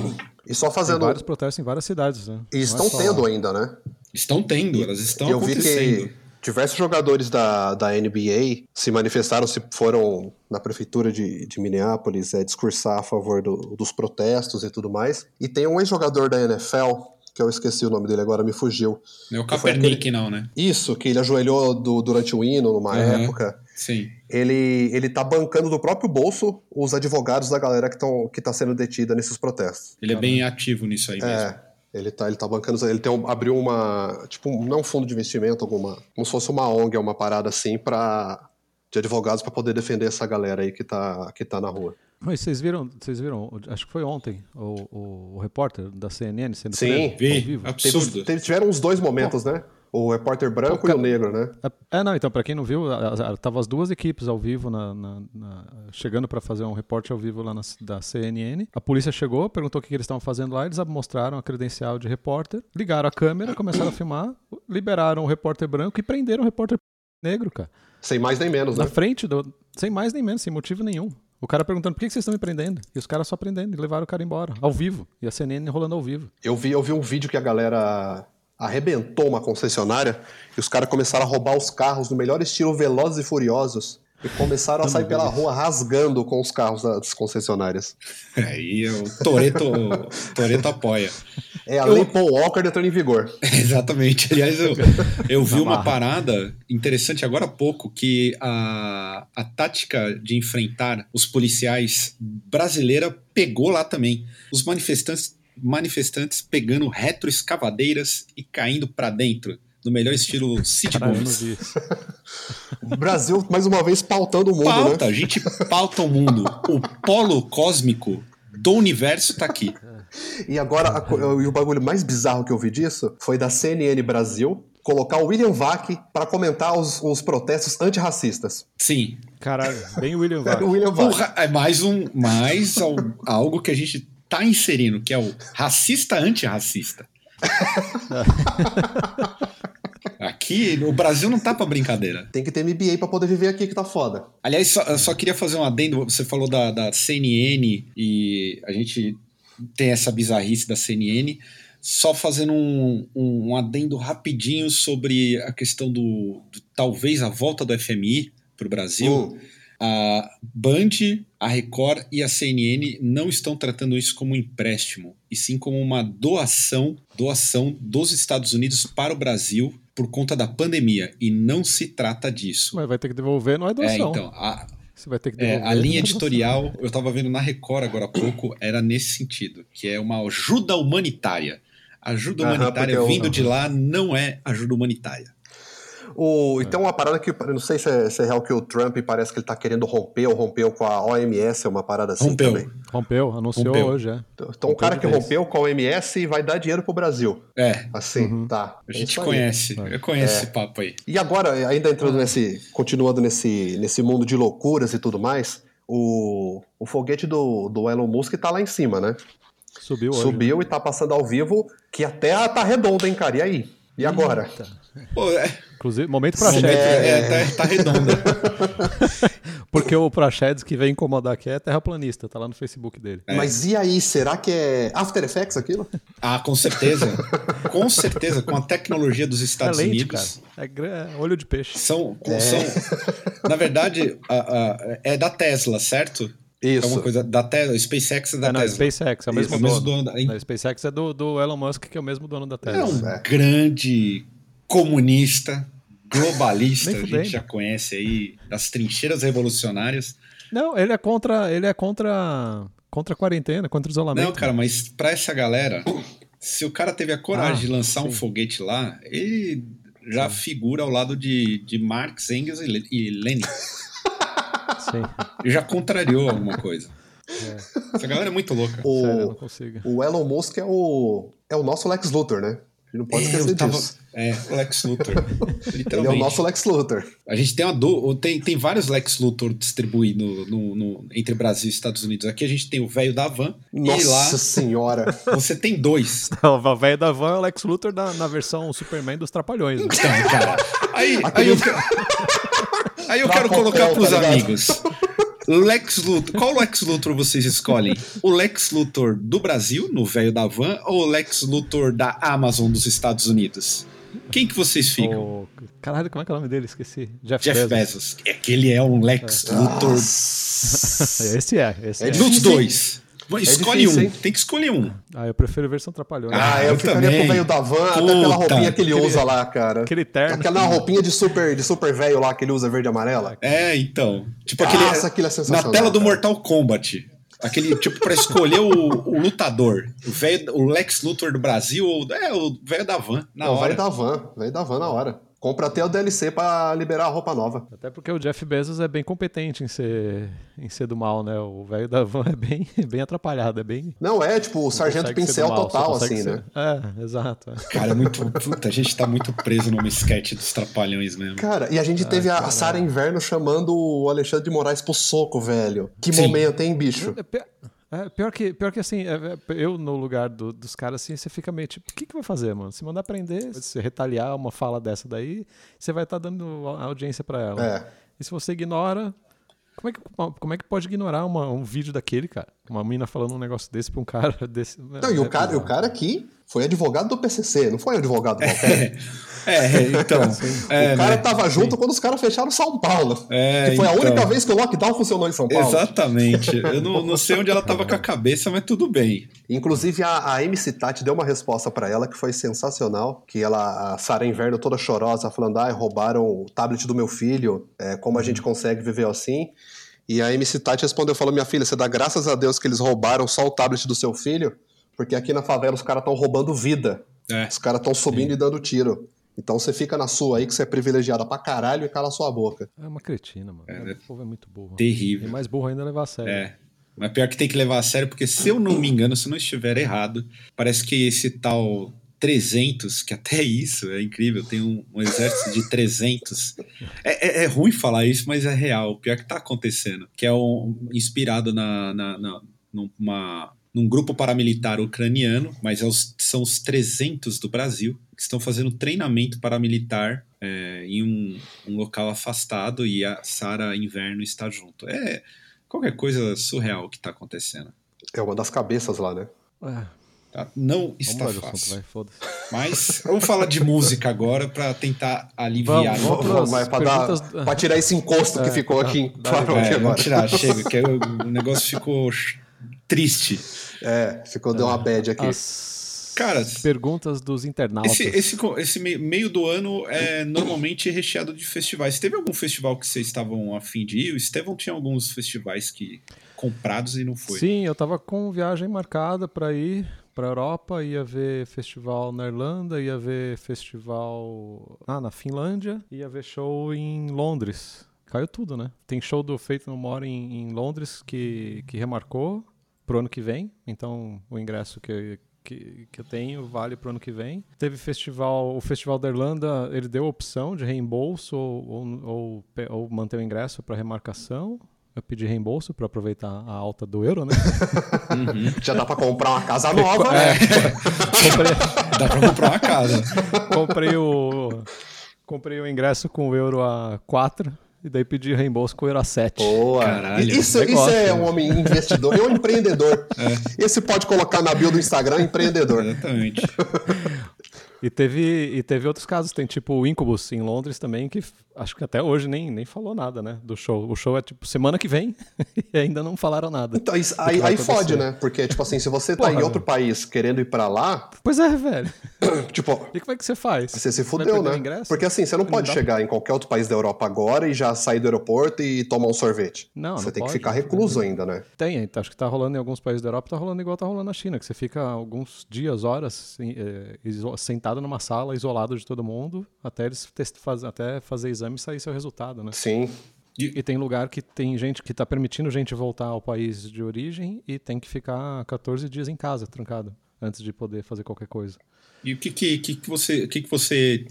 [SPEAKER 4] E só fazendo.
[SPEAKER 2] vários protestos em várias cidades, né?
[SPEAKER 4] E
[SPEAKER 2] Não é
[SPEAKER 4] estão
[SPEAKER 2] só-
[SPEAKER 4] tendo ainda, né?
[SPEAKER 3] Estão tendo, elas estão
[SPEAKER 4] Eu vi
[SPEAKER 3] acontecendo.
[SPEAKER 4] que diversos jogadores da, da NBA se manifestaram, se foram na prefeitura de, de Minneapolis é, discursar a favor do- dos protestos e tudo mais. E tem um ex-jogador da NFL, que eu esqueci o nome dele agora, me fugiu.
[SPEAKER 3] Não é o
[SPEAKER 4] que foi
[SPEAKER 3] Kaepernick não, né?
[SPEAKER 4] Isso, que ele ajoelhou do- durante o hino numa
[SPEAKER 3] Aham.
[SPEAKER 4] época.
[SPEAKER 3] Sim.
[SPEAKER 4] Ele, ele tá bancando do próprio bolso os advogados da galera que, tão, que tá sendo detida nesses protestos.
[SPEAKER 3] Ele
[SPEAKER 2] Tá
[SPEAKER 3] é bem ativo nisso aí mesmo.
[SPEAKER 4] É, ele tá, ele tá bancando. Ele tem um- abriu uma. Tipo, um- não um fundo de investimento, alguma. Como se fosse uma ONG, uma parada assim, pra, de advogados pra poder defender essa galera aí que tá, que tá na rua.
[SPEAKER 2] Mas vocês viram, vocês viram, acho que foi ontem, o, o, o repórter da CNN sendo
[SPEAKER 4] Sim,
[SPEAKER 2] preso ao
[SPEAKER 3] Vi,
[SPEAKER 2] vivo.
[SPEAKER 3] absurdo.
[SPEAKER 4] Teve- tiveram os dois momentos, né? O repórter branco e o negro, né?
[SPEAKER 2] É, não, então, pra quem não viu, a- a- tava as duas equipes ao vivo, na, na- na- chegando pra fazer um reporte ao vivo lá na, da CNN. A polícia chegou, perguntou o que, que eles estavam fazendo lá, eles mostraram a credencial de repórter, ligaram a câmera, começaram a filmar, liberaram o repórter branco e prenderam o repórter negro, cara.
[SPEAKER 4] Sem mais nem menos, né?
[SPEAKER 2] Na frente, do, sem mais nem menos, sem motivo nenhum. O cara perguntando por que, que vocês estão me prendendo? E os caras só prendendo e levaram o cara embora, ao vivo. E a CNN rolando ao vivo.
[SPEAKER 4] Eu vi, eu vi um vídeo que a galera arrebentou uma concessionária e os caras começaram a roubar os carros no melhor estilo Velozes e Furiosos e começaram a sair pela rua rasgando com os carros das concessionárias.
[SPEAKER 3] Aí É, o Toreto, Toreto apoia.
[SPEAKER 4] É a
[SPEAKER 3] Eu-
[SPEAKER 4] Lei Paul Walker entrando em vigor.
[SPEAKER 3] Exatamente. Aliás, eu, eu vi
[SPEAKER 2] Na
[SPEAKER 3] uma
[SPEAKER 2] marra.
[SPEAKER 3] parada interessante agora há pouco, que a, a tática de enfrentar os policiais brasileira pegou lá também. Os manifestantes, manifestantes pegando retroescavadeiras e caindo pra dentro, no melhor estilo Cid
[SPEAKER 2] Caralho, eu não
[SPEAKER 3] Gomes.
[SPEAKER 2] vi isso.
[SPEAKER 4] O Brasil, mais uma vez, pautando o mundo,
[SPEAKER 3] Pauta,
[SPEAKER 4] né?
[SPEAKER 3] a gente pauta o mundo. O polo cósmico do universo tá aqui.
[SPEAKER 4] E agora, a co- e o bagulho mais bizarro que eu vi disso foi da CNN Brasil colocar o William Vac para comentar os, os protestos antirracistas.
[SPEAKER 3] Sim.
[SPEAKER 2] Caralho, bem William
[SPEAKER 4] Era
[SPEAKER 2] Vaca.
[SPEAKER 4] o William Vac.
[SPEAKER 3] Porra, é mais um, mais al- algo que a gente tá inserindo, que é o racista antirracista. Aqui, o Brasil não tá pra brincadeira.
[SPEAKER 4] Tem que ter MBA para poder viver aqui, que tá foda.
[SPEAKER 3] Aliás, só, eu só queria fazer um adendo. Você falou da, da CNN e a gente tem essa bizarrice da CNN. Só fazendo um, um, um adendo rapidinho sobre a questão do, do talvez a volta do FMI pro Brasil.
[SPEAKER 4] Hum,
[SPEAKER 3] A Band, a Record e a CNN não estão tratando isso como um empréstimo, e sim como uma doação, doação dos Estados Unidos para o Brasil por conta da pandemia. E não se trata disso.
[SPEAKER 2] Mas vai ter que devolver, não é
[SPEAKER 3] É,
[SPEAKER 2] doação.
[SPEAKER 3] então, a,
[SPEAKER 2] Você vai ter que
[SPEAKER 3] é,
[SPEAKER 2] devolver.
[SPEAKER 3] a linha editorial, eu tava vendo na Record agora há pouco, era nesse sentido, que é uma ajuda humanitária. Ajuda
[SPEAKER 4] Aham,
[SPEAKER 3] humanitária
[SPEAKER 4] porque eu-
[SPEAKER 3] vindo de lá não é ajuda humanitária.
[SPEAKER 4] o- então, uma parada que, eu não sei se é, se é real que o Trump parece que ele tá querendo romper ou rompeu com a OMS, é uma parada assim
[SPEAKER 3] Rompeu.
[SPEAKER 4] também.
[SPEAKER 2] Rompeu, anunciou
[SPEAKER 3] Rompeu.
[SPEAKER 2] hoje, é.
[SPEAKER 4] Então, o cara
[SPEAKER 2] de
[SPEAKER 4] que
[SPEAKER 2] vez.
[SPEAKER 4] rompeu com a OMS vai dar dinheiro pro Brasil.
[SPEAKER 3] É,
[SPEAKER 4] Assim, tá.
[SPEAKER 3] a
[SPEAKER 4] É
[SPEAKER 3] gente
[SPEAKER 4] isso aí. É.
[SPEAKER 3] conhece, eu conheço esse papo aí.
[SPEAKER 4] E agora, ainda entrando nesse. continuando nesse, nesse mundo de loucuras e tudo mais, o, o foguete do, do Elon Musk tá lá em cima, né?
[SPEAKER 2] Subiu hoje.
[SPEAKER 4] Subiu e tá passando ao vivo, que até tá redonda, hein, cara? E aí? E agora?
[SPEAKER 3] Pô, é,
[SPEAKER 2] Inclusive, momento
[SPEAKER 3] momento,
[SPEAKER 2] Praxedes.
[SPEAKER 3] é, tá, tá redonda.
[SPEAKER 2] Porque o Praxedes que vem incomodar aqui é terraplanista, tá lá no Facebook dele.
[SPEAKER 4] Mas e aí, será que é After Effects aquilo?
[SPEAKER 3] Ah, com certeza. Com certeza, com a tecnologia dos
[SPEAKER 2] É
[SPEAKER 3] Estados
[SPEAKER 2] lente, cara.
[SPEAKER 3] Unidos.
[SPEAKER 2] É, gra- é olho de peixe.
[SPEAKER 3] São, com-
[SPEAKER 4] É.
[SPEAKER 3] são. Na verdade, a- a- é da Tesla, certo? É
[SPEAKER 4] Isso.
[SPEAKER 3] uma coisa da Tesla. SpaceX é da
[SPEAKER 2] É, não, é
[SPEAKER 3] Tesla.
[SPEAKER 2] SpaceX, é o
[SPEAKER 4] Isso,
[SPEAKER 2] mesmo
[SPEAKER 3] é o
[SPEAKER 2] dono.
[SPEAKER 3] mesmo dono da-
[SPEAKER 2] A SpaceX é do, do Elon Musk, que é o mesmo dono da
[SPEAKER 3] É
[SPEAKER 2] Tesla.
[SPEAKER 3] um
[SPEAKER 4] É.
[SPEAKER 3] grande comunista, globalista,
[SPEAKER 2] Nem
[SPEAKER 3] a
[SPEAKER 2] fudendo.
[SPEAKER 3] gente já conhece aí, das trincheiras revolucionárias.
[SPEAKER 2] Não, ele é contra. Ele é contra. Contra a quarentena, contra o isolamento.
[SPEAKER 3] Não, cara, mas pra essa galera, se o cara teve a coragem
[SPEAKER 2] Ah,
[SPEAKER 3] de lançar um
[SPEAKER 2] sim.
[SPEAKER 3] foguete lá, ele já figura ao lado de, de Marx, Engels e Le- e Lenin.
[SPEAKER 2] Sim.
[SPEAKER 3] Ele já contrariou alguma coisa. Essa galera é muito louca.
[SPEAKER 4] O-
[SPEAKER 2] Sério, eu não consigo.
[SPEAKER 4] O Elon Musk é o, é o nosso Lex Luthor, né? A gente não pode
[SPEAKER 3] É, Eu
[SPEAKER 4] esquecer
[SPEAKER 3] tava-
[SPEAKER 4] disso.
[SPEAKER 3] É, o Lex Luthor.
[SPEAKER 4] Ele é o
[SPEAKER 3] Literalmente.
[SPEAKER 4] nosso Lex Luthor.
[SPEAKER 3] A gente tem uma do... tem, tem vários Lex Luthor distribuídos no, no- no- entre Brasil e Estados Unidos. Aqui a gente tem o velho da van e
[SPEAKER 4] Nossa
[SPEAKER 3] lá
[SPEAKER 4] senhora.
[SPEAKER 3] você tem dois.
[SPEAKER 2] O velho da van é o Lex Luthor na, na versão Superman dos Trapalhões. né?
[SPEAKER 3] Então, cara. Aí, aí eu, quero- aí eu quero
[SPEAKER 4] Pra papel,
[SPEAKER 3] colocar pros
[SPEAKER 4] tá ligado?
[SPEAKER 3] amigos. Lex Luthor. Qual Lex Luthor vocês escolhem? O Lex Luthor do Brasil, no velho da van, ou o Lex Luthor da Amazon dos Estados Unidos? Quem que vocês ficam?
[SPEAKER 2] O- Caralho, como é que é o nome dele? Esqueci. Jeff,
[SPEAKER 3] Jeff
[SPEAKER 2] Bezos.
[SPEAKER 3] Bezos. É que ele é um Lex Luthor
[SPEAKER 4] Nossa.
[SPEAKER 2] Esse é, esse é.
[SPEAKER 4] É
[SPEAKER 3] dos
[SPEAKER 4] difícil, É
[SPEAKER 3] dois. Vai, escolhe
[SPEAKER 4] difícil,
[SPEAKER 3] um.
[SPEAKER 4] hein?
[SPEAKER 3] Tem que escolher um.
[SPEAKER 2] Ah, eu prefiro versão Trapalhões.
[SPEAKER 4] Ah, eu,
[SPEAKER 3] eu
[SPEAKER 4] ficaria
[SPEAKER 3] também.
[SPEAKER 4] com o velho da van, até
[SPEAKER 3] Puta,
[SPEAKER 4] pela roupinha que ele
[SPEAKER 2] aquele-
[SPEAKER 4] usa lá, cara.
[SPEAKER 2] Aquele terno.
[SPEAKER 4] Aquela roupinha de super, de super velho lá que ele usa verde e amarela.
[SPEAKER 3] É, então. Tipo
[SPEAKER 4] Nossa,
[SPEAKER 3] aquele.
[SPEAKER 4] aquilo é
[SPEAKER 3] na
[SPEAKER 4] sensacional,
[SPEAKER 3] tela do
[SPEAKER 4] cara.
[SPEAKER 3] Mortal Kombat. Aquele, tipo, pra escolher o, o lutador. O, velho, o Lex Luthor do Brasil ou. É, o velho da van. Na
[SPEAKER 4] Não,
[SPEAKER 3] hora.
[SPEAKER 4] Vai da van, vai da van na hora. Compra até o DLC pra liberar a roupa nova.
[SPEAKER 2] Até porque o Jeff Bezos é bem competente em ser, em ser do mal, né? O velho da van é bem, é bem atrapalhado, é bem.
[SPEAKER 4] Não é, tipo, o Sargento
[SPEAKER 2] consegue ser
[SPEAKER 4] Pincel
[SPEAKER 2] do mal, só
[SPEAKER 4] total,
[SPEAKER 2] consegue
[SPEAKER 4] assim,
[SPEAKER 2] ser-
[SPEAKER 4] né?
[SPEAKER 2] É, exato.
[SPEAKER 3] Cara, é muito. Puta, a gente tá muito preso numa sketch dos trapalhões mesmo.
[SPEAKER 4] Cara, e a gente teve a- a Sara Inverno chamando o Alexandre de Moraes pro soco, velho. Que
[SPEAKER 3] Sim.
[SPEAKER 4] momento, hein, bicho?
[SPEAKER 2] É, pi- é, pior, que, pior que assim, é, é, eu no lugar do- dos caras, assim, você fica meio tipo, o que, que vai fazer, mano? Se mandar prender, se você retaliar uma fala dessa daí, você vai estar dando a- audiência pra ela.
[SPEAKER 4] É.
[SPEAKER 2] E se você ignora. Como é que, como é que pode ignorar uma- um vídeo daquele, cara? Uma mina falando um negócio desse pra um cara desse. é
[SPEAKER 4] Não,
[SPEAKER 3] É
[SPEAKER 4] e o cara, e o cara aqui foi advogado do PCC, não foi advogado do Alpec.
[SPEAKER 3] É, então. é,
[SPEAKER 4] o
[SPEAKER 3] né?
[SPEAKER 4] cara tá tava junto quando os caras fecharam São Paulo.
[SPEAKER 3] É,
[SPEAKER 4] que foi a
[SPEAKER 3] então.
[SPEAKER 4] única vez que o lockdown funcionou em São Paulo.
[SPEAKER 3] Exatamente. Eu não, não sei onde ela tava com a cabeça, mas tudo bem.
[SPEAKER 4] Inclusive, a, a MC Tati deu uma resposta pra ela que foi sensacional. Que ela, a Sara Inverno, toda chorosa, falando: ah, roubaram o tablet do meu filho, é, como a gente consegue viver assim? E a MC Tati respondeu: falou, minha filha, você dá graças a Deus que eles roubaram só o tablet do seu filho, porque aqui na favela os caras estão roubando vida.
[SPEAKER 3] É.
[SPEAKER 4] Os caras estão subindo e dando tiro. Então você fica na sua aí, que você é privilegiada pra caralho e cala sua boca.
[SPEAKER 2] É uma cretina, mano.
[SPEAKER 3] É, né?
[SPEAKER 2] O povo é muito burro. E
[SPEAKER 3] Terrível.
[SPEAKER 2] mais burro ainda é levar a sério.
[SPEAKER 3] É. Mas pior que tem que levar a sério, porque se eu não me engano, se eu não estiver errado, parece que esse tal 300, que até isso é incrível, tem um, um exército de 300. É, é- é ruim falar isso, mas é real. Pior que tá acontecendo. Que é um, inspirado na, na, na- numa, num grupo paramilitar ucraniano, mas é os- são os 300 do Brasil que estão fazendo treinamento paramilitar é, em um, um local afastado e a Sara Inverno está junto. É qualquer coisa surreal que está acontecendo.
[SPEAKER 4] É uma das cabeças lá, né?
[SPEAKER 2] Ah,
[SPEAKER 3] tá? Não
[SPEAKER 2] vamos
[SPEAKER 3] está
[SPEAKER 2] mudar de assunto,
[SPEAKER 3] fácil.
[SPEAKER 2] vai. Foda-se.
[SPEAKER 3] Mas vamos falar de música agora para tentar aliviar.
[SPEAKER 2] Vamos,
[SPEAKER 4] Vamos,
[SPEAKER 2] pras
[SPEAKER 4] vamos, vai, pra, dar-
[SPEAKER 2] perguntas- É,
[SPEAKER 4] pra tirar esse encosto que ficou aqui em
[SPEAKER 2] dá-
[SPEAKER 4] Clarão
[SPEAKER 3] É,
[SPEAKER 4] aqui
[SPEAKER 3] vamos
[SPEAKER 4] agora.
[SPEAKER 3] tirar, chega, que aí o negócio ficou ch- triste.
[SPEAKER 4] É, ficou, deu
[SPEAKER 2] Ah.
[SPEAKER 4] uma bad aqui.
[SPEAKER 2] As
[SPEAKER 3] Cara,
[SPEAKER 2] perguntas dos internautas.
[SPEAKER 3] Esse, esse, co- esse me- meio do ano é normalmente recheado de festivais. Teve algum festival que vocês estavam afim de ir? O Estevão tinha alguns festivais que comprados e não foi.
[SPEAKER 2] Sim, eu tava com viagem marcada pra ir pra Europa, ia ver festival na Irlanda, ia ver festival ah, na Finlândia, ia ver show em Londres. Caiu tudo, né? Tem show do Feito No More em, em Londres que, que remarcou pro ano que vem, então o ingresso que, que, que eu tenho vale pro ano que vem. Teve festival, o Festival da Irlanda, ele deu a opção de reembolso ou, ou, ou, pe- ou manter o ingresso para remarcação. Eu pedi reembolso para aproveitar a alta do euro, né?
[SPEAKER 4] Já dá pra comprar uma casa nova.
[SPEAKER 2] É.
[SPEAKER 4] né?
[SPEAKER 2] comprei,
[SPEAKER 3] Dá pra comprar uma casa.
[SPEAKER 2] comprei o comprei o ingresso com o euro a 4 e daí pedi reembolso com o euro a 7.
[SPEAKER 4] Boa.
[SPEAKER 3] Caralho,
[SPEAKER 4] isso, isso
[SPEAKER 2] negócio,
[SPEAKER 4] é
[SPEAKER 2] né?
[SPEAKER 4] um homem investidor, é um empreendedor.
[SPEAKER 2] É.
[SPEAKER 4] Esse pode colocar na bio do Instagram, empreendedor.
[SPEAKER 3] Exatamente.
[SPEAKER 2] E teve, e teve outros casos, tem tipo o Incubus em Londres também, que f- acho que até hoje nem, nem falou nada, né? Do show. O show é tipo semana que vem e ainda não falaram nada.
[SPEAKER 4] Então, isso,
[SPEAKER 2] que
[SPEAKER 4] aí,
[SPEAKER 2] vai
[SPEAKER 4] aí fode,
[SPEAKER 2] acontecer.
[SPEAKER 4] né? Porque, tipo assim, se você tá
[SPEAKER 2] Porra,
[SPEAKER 4] em outro país querendo ir pra lá,
[SPEAKER 2] Pois é, velho.
[SPEAKER 4] tipo,
[SPEAKER 2] E como é que você faz?
[SPEAKER 4] você se
[SPEAKER 2] Vai
[SPEAKER 4] fudeu,
[SPEAKER 2] perder o
[SPEAKER 4] né?
[SPEAKER 2] ingresso?
[SPEAKER 4] Porque assim, você não pode
[SPEAKER 2] dá.
[SPEAKER 4] chegar em qualquer outro país da Europa agora e já sair do aeroporto e tomar um sorvete.
[SPEAKER 2] Não,
[SPEAKER 4] Você
[SPEAKER 2] não
[SPEAKER 4] tem
[SPEAKER 2] pode.
[SPEAKER 4] que ficar recluso ainda, né?
[SPEAKER 2] Tem, então, acho que tá rolando em alguns países da Europa, tá rolando igual tá rolando na China, que você fica alguns dias, horas, em- eh, iso- sentado numa sala, isolado de todo mundo, até eles test- faz- até fazer exame e sair seu resultado, né?
[SPEAKER 4] Sim.
[SPEAKER 2] E tem lugar que tem gente que tá permitindo gente voltar ao país de origem e tem que ficar 14 dias em casa, trancado, antes de poder fazer qualquer coisa.
[SPEAKER 3] E o que, que, que, que você, o que, que você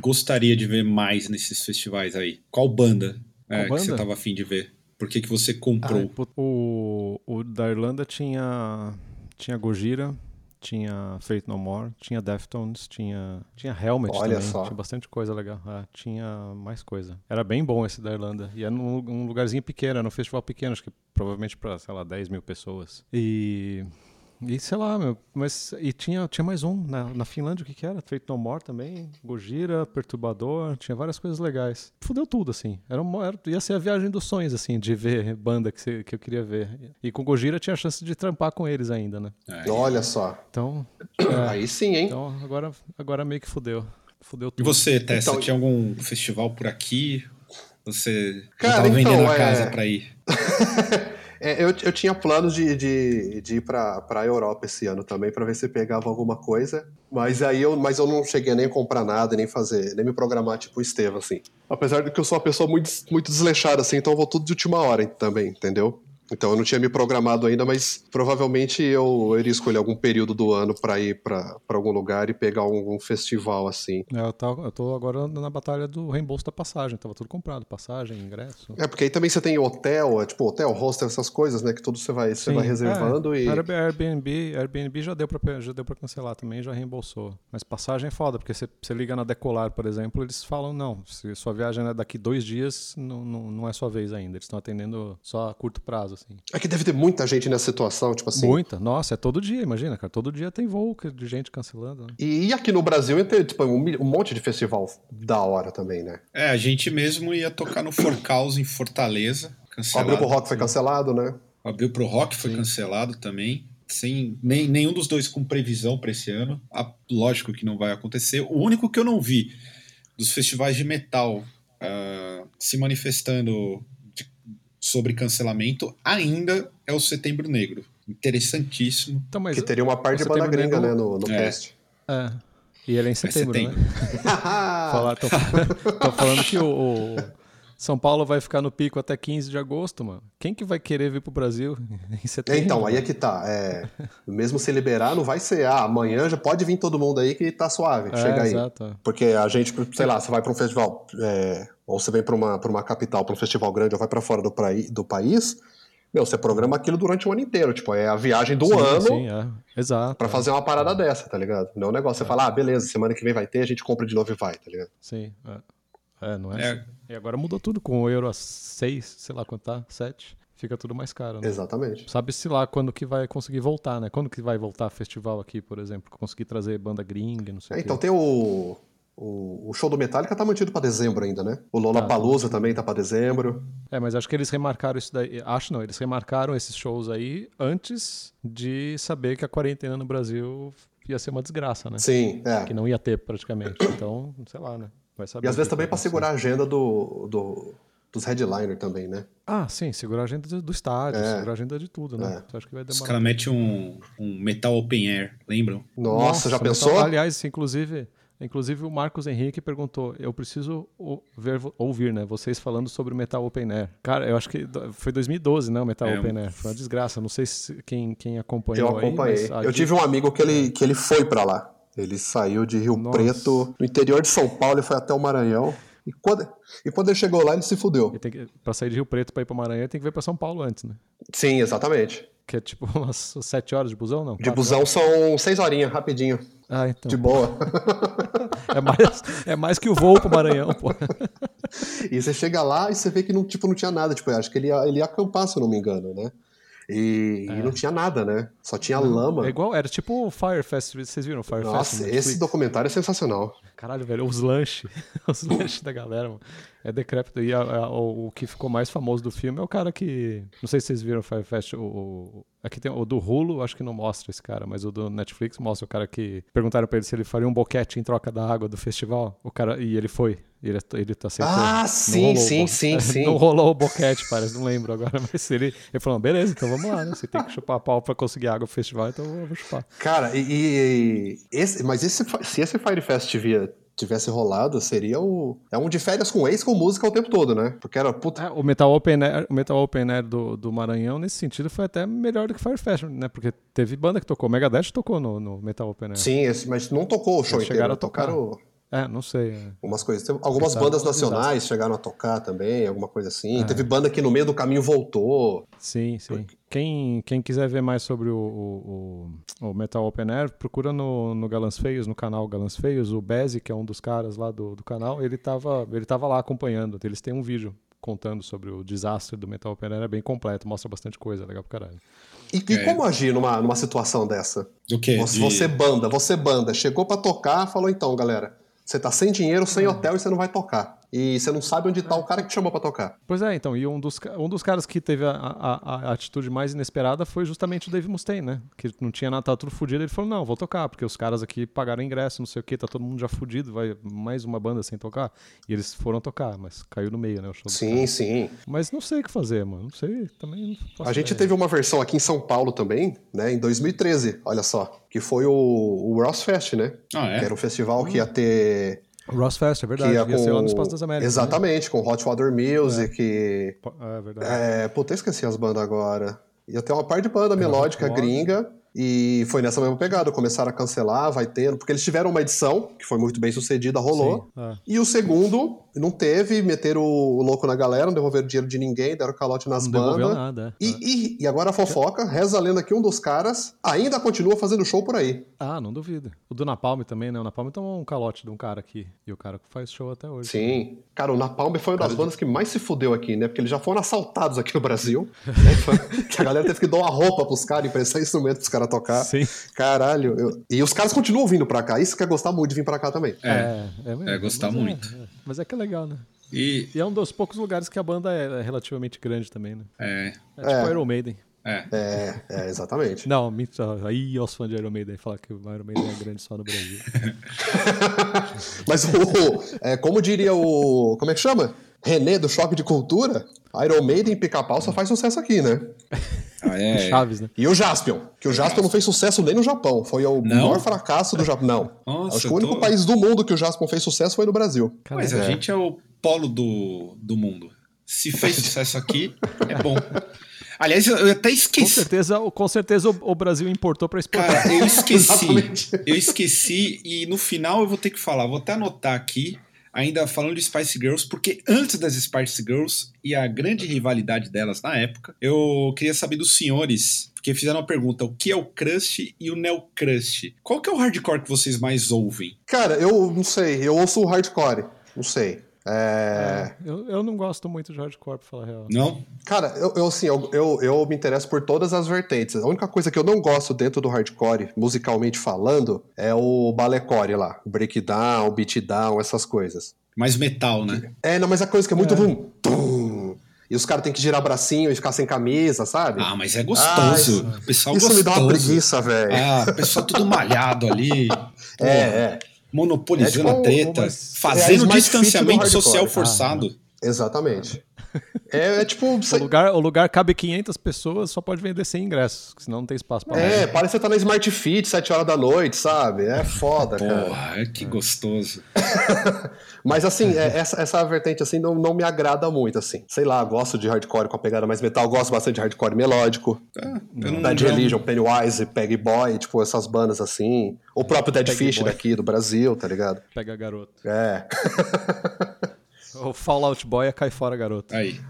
[SPEAKER 3] gostaria de ver mais nesses festivais aí? Qual banda, é,
[SPEAKER 2] Qual banda?
[SPEAKER 3] que você tava afim de ver? Por que, que você
[SPEAKER 2] Ai,
[SPEAKER 4] Ah,
[SPEAKER 3] comprou?
[SPEAKER 2] put- o, o da Irlanda tinha tinha Gojira, tinha Faith No More, tinha Deftones, tinha tinha Helmet
[SPEAKER 4] Olha
[SPEAKER 2] também,
[SPEAKER 4] só.
[SPEAKER 2] tinha bastante coisa legal, Ah, tinha mais coisa. Era bem bom esse da Irlanda e era num, lu- um lugarzinho pequeno, era num festival pequeno, acho que provavelmente para sei lá 10 mil pessoas e e sei lá, meu, mas e tinha, tinha mais um na, na Finlândia, o que que era? Faith No More também, Gojira, Perturbador, tinha várias coisas legais. Fudeu tudo, assim. Era uma, era, ia ser a viagem dos sonhos, assim, de ver banda que, você- que eu queria ver. E com Gojira tinha a chance de trampar com eles ainda, né?
[SPEAKER 3] É.
[SPEAKER 4] Olha só.
[SPEAKER 2] Então,
[SPEAKER 4] Aí sim, hein?
[SPEAKER 2] então agora, agora meio que fudeu. Fudeu
[SPEAKER 3] E
[SPEAKER 2] tudo.
[SPEAKER 3] você, Tessa,
[SPEAKER 4] Então-
[SPEAKER 3] tinha algum festival por aqui? Você
[SPEAKER 4] Cara,
[SPEAKER 3] já tava
[SPEAKER 4] então,
[SPEAKER 3] vendendo a
[SPEAKER 4] é-
[SPEAKER 3] casa pra ir?
[SPEAKER 4] É, eu, eu tinha planos de, de, de ir pra, pra Europa esse ano também, pra ver se pegava alguma coisa. Mas aí eu, mas eu não cheguei nem a comprar nada, nem fazer, nem me programar tipo o Estevam, assim. Apesar de que eu sou uma pessoa muito, des- muito desleixada, assim, então eu vou tudo de última hora também, entendeu? Então eu não tinha me programado ainda, mas provavelmente eu, eu iria escolher algum período do ano pra ir pra pra algum lugar e pegar algum festival, assim.
[SPEAKER 2] É, eu, tava- eu tô agora na batalha do reembolso da passagem. Tava tudo comprado, passagem, ingresso.
[SPEAKER 4] É, porque aí também você tem hotel, é, tipo, hotel, hostel, essas coisas, né? Que tudo você vai, você
[SPEAKER 2] Sim,
[SPEAKER 4] vai reservando
[SPEAKER 2] é,
[SPEAKER 4] e.
[SPEAKER 2] Airb- Airbnb, Airbnb já deu para já deu para cancelar também, já reembolsou. Mas passagem é foda, porque você você liga na Decolar, por exemplo, eles falam não, se sua viagem é daqui dois dias, não, não, não é sua vez ainda. Eles estão atendendo só a curto prazo, assim.
[SPEAKER 4] É que deve ter muita gente nessa situação, tipo assim.
[SPEAKER 2] Muita, nossa, é todo dia, imagina, cara. Todo dia tem voo que- de gente cancelando. Né?
[SPEAKER 4] E, e aqui no Brasil tem tipo, um, mil- um monte de festival da hora também, né?
[SPEAKER 3] É, a gente mesmo ia tocar no Forcaus em Fortaleza. Cancelado.
[SPEAKER 4] Abriu pro Rock foi cancelado, né?
[SPEAKER 3] Abriu pro Rock, foi cancelado também. Sem nem, nenhum dos dois com previsão para esse ano. Ah, lógico que não vai acontecer. O único que eu não vi dos festivais de metal ah, se manifestando de- sobre cancelamento ainda é o Setembro Negro. Interessantíssimo.
[SPEAKER 2] Então, mas
[SPEAKER 4] que teria uma parte de
[SPEAKER 2] você tem
[SPEAKER 4] banda
[SPEAKER 2] um
[SPEAKER 4] gringa,
[SPEAKER 2] nego-
[SPEAKER 4] né, no, no
[SPEAKER 3] É.
[SPEAKER 4] cast.
[SPEAKER 2] é. E ele é em setembro, né?
[SPEAKER 3] setembro.
[SPEAKER 2] Falar, tô, tô falando que o, o São Paulo vai ficar no pico até 15 de agosto, mano. Quem que vai querer vir pro Brasil em
[SPEAKER 4] É,
[SPEAKER 2] setembro?
[SPEAKER 4] então, aí é que tá. é, mesmo se liberar, não vai ser, ah, amanhã já pode vir todo mundo aí que tá suave,
[SPEAKER 2] É,
[SPEAKER 4] chega aí.
[SPEAKER 2] exato, é.
[SPEAKER 4] Porque a gente, sei lá, você vai pra um festival, é, ou você vem pra uma, pra uma capital, pra um festival grande, ou vai pra fora do, praí- do país, meu, você programa aquilo durante o ano inteiro, tipo, é a viagem do
[SPEAKER 2] Sim,
[SPEAKER 4] ano
[SPEAKER 2] Sim, é. Exato.
[SPEAKER 4] Pra fazer uma parada dessa, tá ligado? Não é um negócio, você fala, ah, beleza, semana que vem vai ter, a gente compra de novo e vai, tá ligado?
[SPEAKER 2] Sim. É, É, não é,
[SPEAKER 3] É.
[SPEAKER 2] assim. E agora mudou tudo com o euro a 6, sei lá quanto tá, 7. Fica tudo mais caro, né?
[SPEAKER 4] Exatamente.
[SPEAKER 2] Sabe-se lá quando que vai conseguir voltar, né? Quando que vai voltar festival aqui, por exemplo? Conseguir trazer banda gringa, não sei
[SPEAKER 4] É,
[SPEAKER 2] o
[SPEAKER 4] então
[SPEAKER 2] quê.
[SPEAKER 4] tem o, o. o show do Metallica tá mantido pra dezembro ainda, né? O Lollapalooza também tá pra dezembro.
[SPEAKER 2] É, mas acho que eles remarcaram isso daí. Acho não, eles remarcaram esses shows aí antes de saber que a quarentena no Brasil ia ser uma desgraça, né?
[SPEAKER 4] Sim,
[SPEAKER 2] Que
[SPEAKER 4] é.
[SPEAKER 2] não ia ter praticamente. Então, sei lá, né? Vai saber
[SPEAKER 4] E às
[SPEAKER 2] o
[SPEAKER 4] vezes
[SPEAKER 2] que
[SPEAKER 4] também
[SPEAKER 2] vai
[SPEAKER 4] pra
[SPEAKER 2] acontecer.
[SPEAKER 4] segurar a agenda do, do, dos headliner também, né?
[SPEAKER 2] Ah, sim, segurar a agenda do- do estádio,
[SPEAKER 4] É.
[SPEAKER 2] segurar a agenda de tudo, né? Acho que vai
[SPEAKER 3] Os
[SPEAKER 2] demorar.
[SPEAKER 3] caras metem um, um metal open air, lembram?
[SPEAKER 4] Nossa, já
[SPEAKER 2] mas
[SPEAKER 4] pensou?
[SPEAKER 2] tá- aliás, inclusive, inclusive o Marcos Henrique perguntou: eu preciso o- ver, vo- ouvir, né? Vocês falando sobre o Metal Open Air. Cara, eu acho que do- foi 2012, né? O Metal
[SPEAKER 3] É,
[SPEAKER 2] Open Air. Foi uma desgraça. Não sei se quem, quem
[SPEAKER 4] Eu
[SPEAKER 2] acompanhou
[SPEAKER 4] acompanhei.
[SPEAKER 2] aí. mas
[SPEAKER 4] Eu
[SPEAKER 2] aqui-
[SPEAKER 4] tive um amigo que ele, que ele foi pra lá. Ele saiu de Rio
[SPEAKER 2] Nossa.
[SPEAKER 4] Preto, no interior de São Paulo, e foi até o Maranhão. E quando, e quando ele chegou lá, ele se fudeu.
[SPEAKER 2] Ele tem que, pra sair de Rio Preto pra ir pra Maranhão, ele tem que vir pra São Paulo antes, né?
[SPEAKER 4] Sim, exatamente.
[SPEAKER 2] Que é tipo umas sete horas de busão, não?
[SPEAKER 4] De
[SPEAKER 2] Quatro
[SPEAKER 4] busão são seis horinhas, rapidinho.
[SPEAKER 2] horas? Ah, então.
[SPEAKER 4] De boa.
[SPEAKER 2] É mais, é mais que o voo pro Maranhão, pô.
[SPEAKER 4] E você chega lá e você vê que não, tipo, não tinha nada. Tipo, eu acho que ele ia, ele ia acampar, se eu não me engano, né? E, e não tinha nada, né? Só tinha lama.
[SPEAKER 2] É igual, é né? era tipo o Firefest, vocês viram o Firefest?
[SPEAKER 4] Nossa,
[SPEAKER 2] no Netflix?
[SPEAKER 4] esse documentário é sensacional.
[SPEAKER 2] Caralho, velho, os lanches. Os lanches da galera, mano. É decrépito. E a- a- o, o que ficou mais famoso do filme é o cara que. Não sei se vocês viram o Firefest. O, o- aqui tem o do Rulo, acho que não mostra esse cara, mas o do Netflix mostra o cara que. Perguntaram pra ele se ele faria um boquete em troca da água do festival. O cara. E ele foi. E Ele, ele tá aceitou.
[SPEAKER 4] Ah,
[SPEAKER 2] Não
[SPEAKER 4] sim,
[SPEAKER 2] rolou o
[SPEAKER 4] sim,
[SPEAKER 2] bo-
[SPEAKER 4] sim, sim.
[SPEAKER 2] Não rolou o boquete, parece. Não lembro agora, mas ele, ele falou: beleza, então vamos lá, né? Você tem que chupar pau pra conseguir água pro festival, então eu vou chupar.
[SPEAKER 4] Cara, e, e- e esse, mas esse, fi- se esse Firefest tivia- tivesse rolado, seria o. É um de férias com ex com música o tempo todo, né? Porque era puta.
[SPEAKER 2] É, o Metal Open Air, o Metal Open Air do, do Maranhão, nesse sentido, foi até melhor do que Firefest, né? Porque teve banda que tocou, Megadeth tocou no, no Metal Open Air.
[SPEAKER 4] Sim, esse- mas não tocou o show
[SPEAKER 2] Eles
[SPEAKER 4] inteiro.
[SPEAKER 2] chegaram a tocar.
[SPEAKER 4] tocaram
[SPEAKER 2] É, não sei. é.
[SPEAKER 4] algumas coisas. Teve algumas
[SPEAKER 2] Tentaram
[SPEAKER 4] bandas
[SPEAKER 2] organizar.
[SPEAKER 4] nacionais chegaram a tocar também, alguma coisa
[SPEAKER 2] É.
[SPEAKER 4] assim. Teve banda que no meio do caminho voltou.
[SPEAKER 2] Sim, sim. Quem, quem quiser ver mais sobre o, o- o- o Metal Open Air, procura no, no Galãs Feios, no canal Galãs Feios, o Bezzi, que é um dos caras lá do, do canal, ele tava, ele tava lá acompanhando. Eles têm um vídeo contando sobre o desastre do Metal Open Air, é bem completo, mostra bastante coisa, é legal pra caralho.
[SPEAKER 4] E, e
[SPEAKER 2] É.
[SPEAKER 4] como agir numa, numa situação dessa?
[SPEAKER 3] Do que?
[SPEAKER 4] Você, você banda, você banda, chegou pra tocar, falou então, galera, você tá sem dinheiro,
[SPEAKER 2] É.
[SPEAKER 4] sem hotel e você não vai tocar. E você não sabe onde tá o cara que te chamou pra tocar.
[SPEAKER 2] Pois é, então, e um dos, ca- um dos caras que teve a, a- a- a atitude mais inesperada foi justamente o Dave Mustaine, né? Que não tinha nada, tava tudo fudido, ele falou, não, vou tocar, porque os caras aqui pagaram ingresso, não sei o que, tá todo mundo já fudido, vai mais uma banda sem tocar. E eles foram tocar, mas caiu no meio, né, o show do
[SPEAKER 4] Sim, sim.
[SPEAKER 2] cara. Mas não sei o que fazer, mano, não sei, também não faço
[SPEAKER 4] A gente
[SPEAKER 2] ideia.
[SPEAKER 4] teve uma versão aqui em São Paulo também, né, em 2013, olha só, que foi o, o Ross Fest, né?
[SPEAKER 3] Ah, é?
[SPEAKER 4] Que era um festival que ia ter.
[SPEAKER 2] O Ross Fest, é
[SPEAKER 4] Que
[SPEAKER 2] Hum. verdade,
[SPEAKER 4] ia
[SPEAKER 2] ia ser lá no
[SPEAKER 4] com...
[SPEAKER 2] Espaço das Américas.
[SPEAKER 4] Exatamente, com Hot Water Music. e-
[SPEAKER 2] né? Po- É verdade.
[SPEAKER 4] É, puta, eu esqueci as bandas agora. Ia ter uma par de banda melódica
[SPEAKER 2] Hot Water.
[SPEAKER 4] gringa. E foi nessa mesma pegada. Começaram a cancelar, vai tendo. Porque eles tiveram uma edição, que foi muito bem sucedida, rolou.
[SPEAKER 2] Sim, é.
[SPEAKER 4] E o segundo, não teve, meteram o, o louco na galera, não devolveram dinheiro de ninguém, deram calote nas
[SPEAKER 2] Não devolveu
[SPEAKER 4] bandas.
[SPEAKER 2] nada. é.
[SPEAKER 4] E, e- e agora a fofoca, reza a lenda que um dos caras ainda continua fazendo show por aí.
[SPEAKER 2] Ah, não duvido. O do Napalm também, né? O Napalm tomou um calote de um cara aqui. E o cara faz show até hoje.
[SPEAKER 4] Sim. Cara, o Napalm foi uma das bandas que mais se fudeu aqui, né? Porque eles já foram assaltados aqui no Brasil. né? Foi- que a galera teve que dar uma roupa pros caras, emprestar instrumento pros caras tocar.
[SPEAKER 2] Sim.
[SPEAKER 4] Caralho. eu- E os caras continuam vindo pra cá. Isso que é gostar muito de vir pra cá também.
[SPEAKER 3] É.
[SPEAKER 2] é, mesmo,
[SPEAKER 3] É, gostar
[SPEAKER 2] mas
[SPEAKER 3] muito.
[SPEAKER 2] é. mas é que é legal, né?
[SPEAKER 3] E,
[SPEAKER 2] E é um dos poucos lugares que a banda é relativamente grande também, né?
[SPEAKER 3] é,
[SPEAKER 2] É, tipo Iron Maiden.
[SPEAKER 3] é.
[SPEAKER 4] É, é, exatamente.
[SPEAKER 2] Não, mentira. Aí os fãs de Iron Maiden falam que o Iron Maiden é grande só no Brasil.
[SPEAKER 4] Mas o. é, como diria o. Como é que chama? René do Choque de Cultura? Iron Maiden e Pica-Pau só faz sucesso aqui, né?
[SPEAKER 3] Ah, é.
[SPEAKER 2] Chaves, né?
[SPEAKER 4] E o Jaspion, que o Jaspion não fez sucesso nem no Japão. Foi o
[SPEAKER 3] Não?
[SPEAKER 4] maior fracasso do Japão. Não.
[SPEAKER 3] Nossa,
[SPEAKER 4] Acho que
[SPEAKER 3] eu
[SPEAKER 4] o único
[SPEAKER 3] tô-
[SPEAKER 4] país do mundo que o Jaspion fez sucesso foi no Brasil.
[SPEAKER 3] Mas a gente é o polo do, do mundo. Se fez sucesso aqui, é bom. Aliás, eu- eu até
[SPEAKER 2] Com
[SPEAKER 3] esqueci.
[SPEAKER 2] certeza, o- com certeza o, o Brasil importou pra exportar.
[SPEAKER 3] Cara, é. eu esqueci.
[SPEAKER 4] Exatamente.
[SPEAKER 3] eu esqueci e no final eu vou ter que falar. Vou até anotar aqui, ainda falando de Spice Girls, porque antes das Spice Girls e a grande rivalidade delas na época, eu queria saber dos senhores, porque fizeram uma pergunta: o que é o crush e o neo crush? Qual que é o hardcore que vocês mais ouvem?
[SPEAKER 4] Cara, eu não sei. Eu ouço o hardcore. Não sei. É...
[SPEAKER 2] Eu, eu não gosto muito de hardcore, pra falar a real.
[SPEAKER 3] Não?
[SPEAKER 4] Cara, eu, eu, assim, eu, eu, eu me interesso por todas as vertentes. A única coisa que eu não gosto dentro do hardcore, musicalmente falando, é o balecore lá. Breakdown, beatdown, essas coisas.
[SPEAKER 3] Mais metal, né?
[SPEAKER 4] É, não, mas a coisa que é muito rum, tum, e os caras têm que girar bracinho e ficar sem camisa, sabe?
[SPEAKER 3] Ah, mas é gostoso. o pessoal
[SPEAKER 4] Isso
[SPEAKER 3] gostoso.
[SPEAKER 4] me dá uma preguiça, velho.
[SPEAKER 3] Ah, o pessoal tudo malhado ali.
[SPEAKER 4] É, é,
[SPEAKER 3] Monopolizando
[SPEAKER 4] É tipo
[SPEAKER 3] a
[SPEAKER 4] o-
[SPEAKER 3] treta,
[SPEAKER 2] mas-
[SPEAKER 4] é a
[SPEAKER 3] fazendo
[SPEAKER 4] Smart Fit do
[SPEAKER 3] distanciamento
[SPEAKER 4] hardcore.
[SPEAKER 3] social
[SPEAKER 4] Ah,
[SPEAKER 3] forçado.
[SPEAKER 4] exatamente. é, é tipo.
[SPEAKER 2] O
[SPEAKER 4] cê-
[SPEAKER 2] lugar, o lugar cabe 500 pessoas, só pode vender 100 ingressos, senão não tem espaço pra mais.
[SPEAKER 4] É, parece que você tá na Smart Fit, 7 horas da noite, sabe? É foda, cara. É.
[SPEAKER 3] Porra, que gostoso.
[SPEAKER 4] Mas assim, é, essa, essa vertente assim não, não me agrada muito, assim. Sei lá, gosto de hardcore com a pegada mais metal, gosto bastante de hardcore melódico.
[SPEAKER 3] É, Eu não,
[SPEAKER 4] Bad
[SPEAKER 3] não-
[SPEAKER 4] Religion, Pennywise, Peg Boy, tipo, essas bandas assim. O próprio Dead
[SPEAKER 2] Peggy
[SPEAKER 4] Fish
[SPEAKER 2] Boy.
[SPEAKER 4] daqui do Brasil, tá ligado?
[SPEAKER 2] Pega garoto.
[SPEAKER 4] É.
[SPEAKER 2] O Fallout Boy é cai fora, garoto.
[SPEAKER 3] Aí.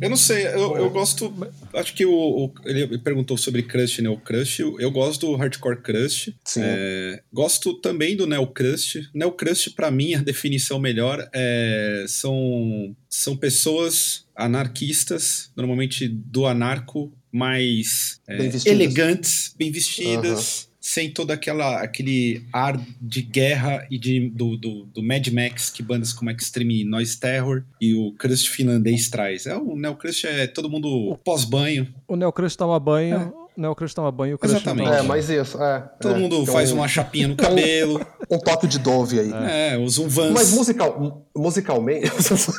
[SPEAKER 3] Eu não sei, eu, eu gosto. Acho que o, o- ele perguntou sobre Crush, né? O Crush, eu, eu gosto do Hardcore Crush.
[SPEAKER 4] Sim.
[SPEAKER 3] É, gosto também do Neo Crush. Neo Crush, pra mim, a definição melhor é, são, são pessoas anarquistas, normalmente do anarco, mas
[SPEAKER 4] Bem vestidas.
[SPEAKER 3] elegantes, bem vestidas, sem todo aquela, aquele ar de guerra e de, do, do, do Mad Max que bandas como Extreme Noise Terror e o Crust finlandês traz. É, o Neo Crust é todo mundo pós-banho,
[SPEAKER 2] O Neo Crush toma banho, o Neo Crush toma banho, o Crush
[SPEAKER 3] Exatamente.
[SPEAKER 2] não.
[SPEAKER 4] É, mas isso. É,
[SPEAKER 3] todo
[SPEAKER 4] é.
[SPEAKER 3] mundo
[SPEAKER 4] Tem
[SPEAKER 3] faz
[SPEAKER 4] um,
[SPEAKER 3] uma chapinha no cabelo,
[SPEAKER 4] um toque de Dove aí.
[SPEAKER 3] é, usa um Vans.
[SPEAKER 4] Mas musical, musicalmente.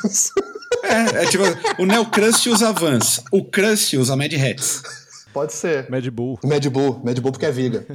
[SPEAKER 3] É, é tipo, o Neo Crust usa Vans, o Crust usa Mad Hats.
[SPEAKER 4] pode ser.
[SPEAKER 2] Mad Bull.
[SPEAKER 4] Mad Bull, Mad Bull porque é viga.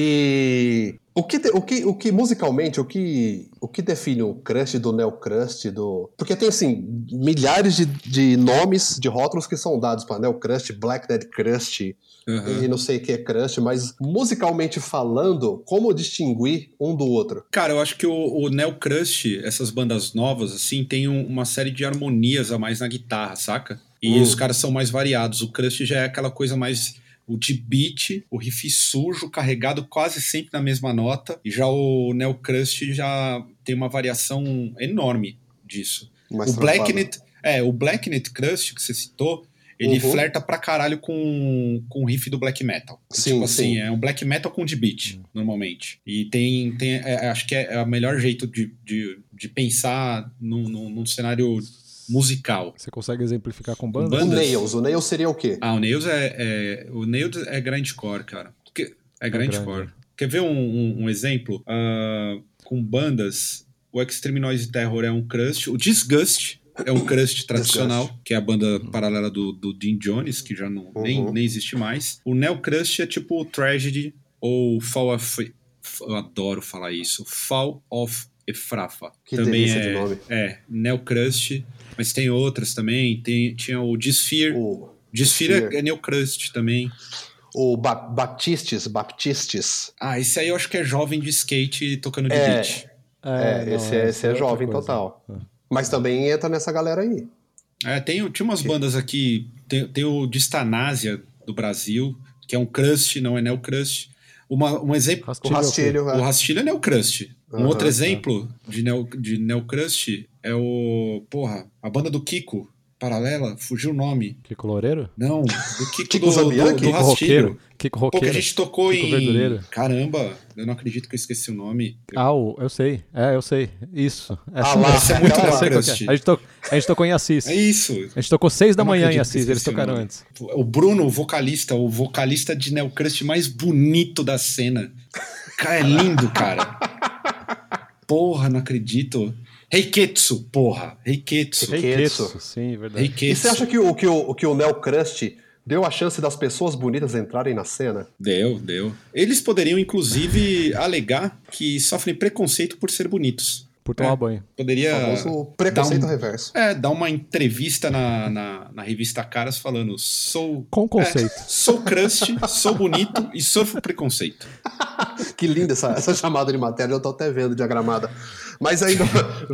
[SPEAKER 4] E o que, de- o que, o que musicalmente, o que, o que define o crust do Neo Crust do. Porque tem assim, milhares de, de nomes, de rótulos que são dados para Neo Crust, Black Dead Crust
[SPEAKER 3] Uhum.
[SPEAKER 4] e não sei o que é Crust, mas musicalmente falando, como distinguir um do outro?
[SPEAKER 3] Cara, eu acho que o, o Neo Crush, essas bandas novas, assim, tem um- uma série de harmonias a mais na guitarra, saca? E
[SPEAKER 4] Hum.
[SPEAKER 3] os caras são mais variados. O Crush já é aquela coisa mais. O de beat, o riff sujo, carregado quase sempre na mesma nota. E já o Neo Crush já tem uma variação enorme disso.
[SPEAKER 4] Mais
[SPEAKER 3] o
[SPEAKER 4] trampado.
[SPEAKER 3] Blacknet. É, o Blacknet Crush que você citou. Ele
[SPEAKER 4] Uhum.
[SPEAKER 3] flerta pra caralho com, com o riff do black metal.
[SPEAKER 4] Sim,
[SPEAKER 3] tipo assim,
[SPEAKER 4] sim. Hum.
[SPEAKER 3] é um black metal com de beat, normalmente. E tem. tem é, acho que é, é o melhor jeito de, de, de pensar num, num, num cenário musical.
[SPEAKER 2] Você consegue exemplificar com banda?
[SPEAKER 4] O
[SPEAKER 3] Bandas.
[SPEAKER 4] Nails, o Nails seria o quê?
[SPEAKER 3] Ah, o Nails é. é- o Nails é grindcore, cara. Que- é grindcore.
[SPEAKER 2] grande.
[SPEAKER 3] Quer ver um, um- um exemplo? Ah, com bandas, o Extreme Noise Terror é um crust, o Disgust é um crust tradicional, que é a banda paralela do, do Dean Jones, que já não, nem,
[SPEAKER 4] Uhum.
[SPEAKER 3] nem existe mais. O Neo Crust é tipo o Tragedy ou Fall of. Eu adoro falar isso. Fall of Efrafa.
[SPEAKER 4] Que
[SPEAKER 3] também
[SPEAKER 4] delícia
[SPEAKER 3] é,
[SPEAKER 4] de nome.
[SPEAKER 3] É, Neo Crust, mas tem outras também. Tem, tinha o Desphere.
[SPEAKER 4] O,
[SPEAKER 3] Desfira
[SPEAKER 4] Desfira.
[SPEAKER 3] é Neocrust também.
[SPEAKER 4] o ba Baptistes, Baptistes.
[SPEAKER 3] Ah, esse aí eu acho que é jovem de skate tocando de
[SPEAKER 4] É.
[SPEAKER 3] beat.
[SPEAKER 4] É,
[SPEAKER 2] Ah, não,
[SPEAKER 4] esse, é, esse é
[SPEAKER 2] outra
[SPEAKER 4] jovem
[SPEAKER 2] coisa.
[SPEAKER 4] total.
[SPEAKER 2] É.
[SPEAKER 4] Mas também entra nessa galera aí.
[SPEAKER 3] É, tem, tinha umas bandas aqui, tem, tem o Distanásia do Brasil, que é um crust, não é neocrust. Uma, um exemplo,
[SPEAKER 4] O
[SPEAKER 2] Rastilho é o quê?
[SPEAKER 4] rastilho,
[SPEAKER 3] o
[SPEAKER 4] é.
[SPEAKER 3] Rastilho é neocrust. Um
[SPEAKER 4] Aham,
[SPEAKER 3] outro
[SPEAKER 4] tá.
[SPEAKER 3] exemplo de, neo, de neocrust é o, porra, a banda do Kiko, paralela, fugiu o nome.
[SPEAKER 2] Kiko Loureiro?
[SPEAKER 3] Não, do Kiko
[SPEAKER 4] Kiko
[SPEAKER 3] do, do,
[SPEAKER 4] Zambianchi?
[SPEAKER 3] do
[SPEAKER 4] Kiko
[SPEAKER 2] Kiko
[SPEAKER 3] Rastilho.
[SPEAKER 2] Roqueiro. Kiko
[SPEAKER 3] Pô, que a
[SPEAKER 2] Roqueiro.
[SPEAKER 3] gente tocou
[SPEAKER 2] Kiko
[SPEAKER 3] em...
[SPEAKER 2] Verdureiro.
[SPEAKER 3] Caramba, eu não acredito que eu esqueci o nome.
[SPEAKER 2] Ah, o- eu sei. É, eu sei. Isso.
[SPEAKER 4] Ah lá,
[SPEAKER 3] Isso é muito
[SPEAKER 4] cara,
[SPEAKER 2] eu sei qual que é.
[SPEAKER 3] neocrust.
[SPEAKER 2] A gente, to- a gente tocou em Assis.
[SPEAKER 3] É isso,
[SPEAKER 2] A gente tocou seis da
[SPEAKER 3] Eu não
[SPEAKER 2] manhã em
[SPEAKER 3] acredito que
[SPEAKER 2] Assis, eles
[SPEAKER 3] esqueci o
[SPEAKER 2] tocaram
[SPEAKER 3] nome.
[SPEAKER 2] antes.
[SPEAKER 3] O Bruno, o vocalista, o vocalista de Neocrust mais bonito da cena. Cara, é lindo, cara. Porra, não acredito. Reiketsu, porra. Reiketsu.
[SPEAKER 4] Rei-
[SPEAKER 2] Reiketsu,
[SPEAKER 4] Reiketsu.
[SPEAKER 2] Sim, verdade.
[SPEAKER 4] é. E
[SPEAKER 3] Reiketsu.
[SPEAKER 4] você acha que o, que o, que o Neo Crust deu a chance das pessoas bonitas entrarem na cena?
[SPEAKER 3] Deu, deu. Eles poderiam, inclusive, alegar que sofrem preconceito por ser bonitos.
[SPEAKER 2] Por tomar
[SPEAKER 3] É.
[SPEAKER 2] banho.
[SPEAKER 3] Poderia...
[SPEAKER 4] O famoso preconceito
[SPEAKER 3] dá um-
[SPEAKER 4] reverso.
[SPEAKER 3] É, dar uma entrevista na, na, na revista Caras falando sou...
[SPEAKER 2] Com conceito.
[SPEAKER 3] É, sou crust, sou bonito e sofro preconceito.
[SPEAKER 4] Que linda essa, essa chamada de matéria, eu tô até vendo diagramada. Mas ainda.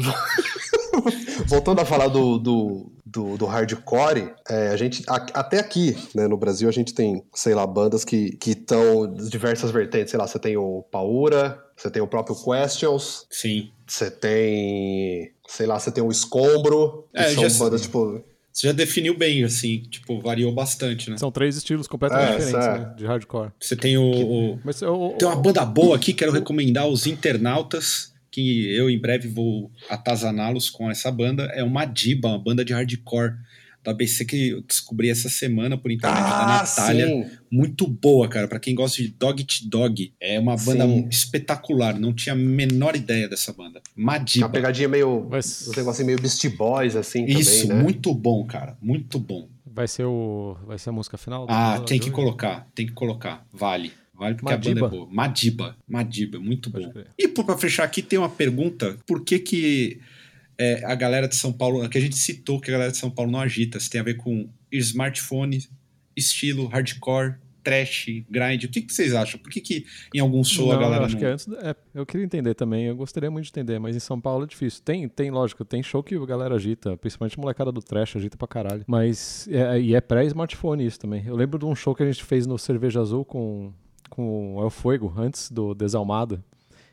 [SPEAKER 4] Voltando a falar do, do, do, do hardcore, é, a gente. a- até aqui, né, no Brasil, a gente tem, sei lá, bandas que estão de diversas vertentes. Sei lá, você tem o Paura, você tem o próprio Questions,
[SPEAKER 3] Sim.
[SPEAKER 4] Você tem. Sei lá, você tem o Escombro. que
[SPEAKER 3] É,
[SPEAKER 4] são
[SPEAKER 3] já sei.
[SPEAKER 4] bandas, tipo.
[SPEAKER 3] Você já definiu bem, assim, tipo, variou bastante, né?
[SPEAKER 2] São três estilos completamente
[SPEAKER 4] É,
[SPEAKER 2] diferentes,
[SPEAKER 4] certo.
[SPEAKER 2] né? De hardcore.
[SPEAKER 3] Você tem o, o-
[SPEAKER 2] Mas eu,
[SPEAKER 3] Tem uma banda boa aqui, quero recomendar aos internautas, que eu em breve vou atazaná-los com essa banda. É uma Diba, uma banda de hardcore da BC que eu descobri essa semana por internet da Natália.
[SPEAKER 4] Ah, sim!
[SPEAKER 3] Muito boa, cara. Pra quem gosta de Dog Eat Dog, é uma banda
[SPEAKER 4] Sim.
[SPEAKER 3] espetacular. Não tinha a menor ideia dessa banda.
[SPEAKER 4] Uma
[SPEAKER 3] Madiba.
[SPEAKER 4] pegadinha meio.
[SPEAKER 2] vai,
[SPEAKER 4] Uns negocinhos meio Beastie Boys, assim,
[SPEAKER 3] Isso,
[SPEAKER 4] também, né?
[SPEAKER 3] muito bom, cara. Muito bom.
[SPEAKER 2] vai ser o. Vai ser a música final? do
[SPEAKER 3] Ah,
[SPEAKER 2] Bola
[SPEAKER 3] tem
[SPEAKER 2] de
[SPEAKER 3] que
[SPEAKER 2] hoje?
[SPEAKER 3] colocar, tem que colocar. Vale. Vale porque a
[SPEAKER 2] Madiba.
[SPEAKER 3] banda é boa. Madiba. Madiba, muito
[SPEAKER 2] Pode
[SPEAKER 3] bom.
[SPEAKER 2] crer.
[SPEAKER 3] E por, pra fechar aqui, tem uma pergunta. Por que que é, a galera de São Paulo, que a gente citou que a galera de São Paulo não agita, se tem a ver com smartphone, estilo, hardcore, trash, grind. O que, que vocês acham? Por que, que em algum show a
[SPEAKER 2] Não,
[SPEAKER 3] galera
[SPEAKER 2] eu acho
[SPEAKER 3] não...
[SPEAKER 2] que antes. é, eu queria entender também, eu gostaria muito de entender, mas em São Paulo é difícil. Tem, tem lógico, tem show que a galera agita, principalmente a molecada do trash agita pra caralho. Mas. é- e é pré-smartphone isso também. Eu lembro de um show que a gente fez no Cerveja Azul com, com o El Fuego, antes do Desalmado.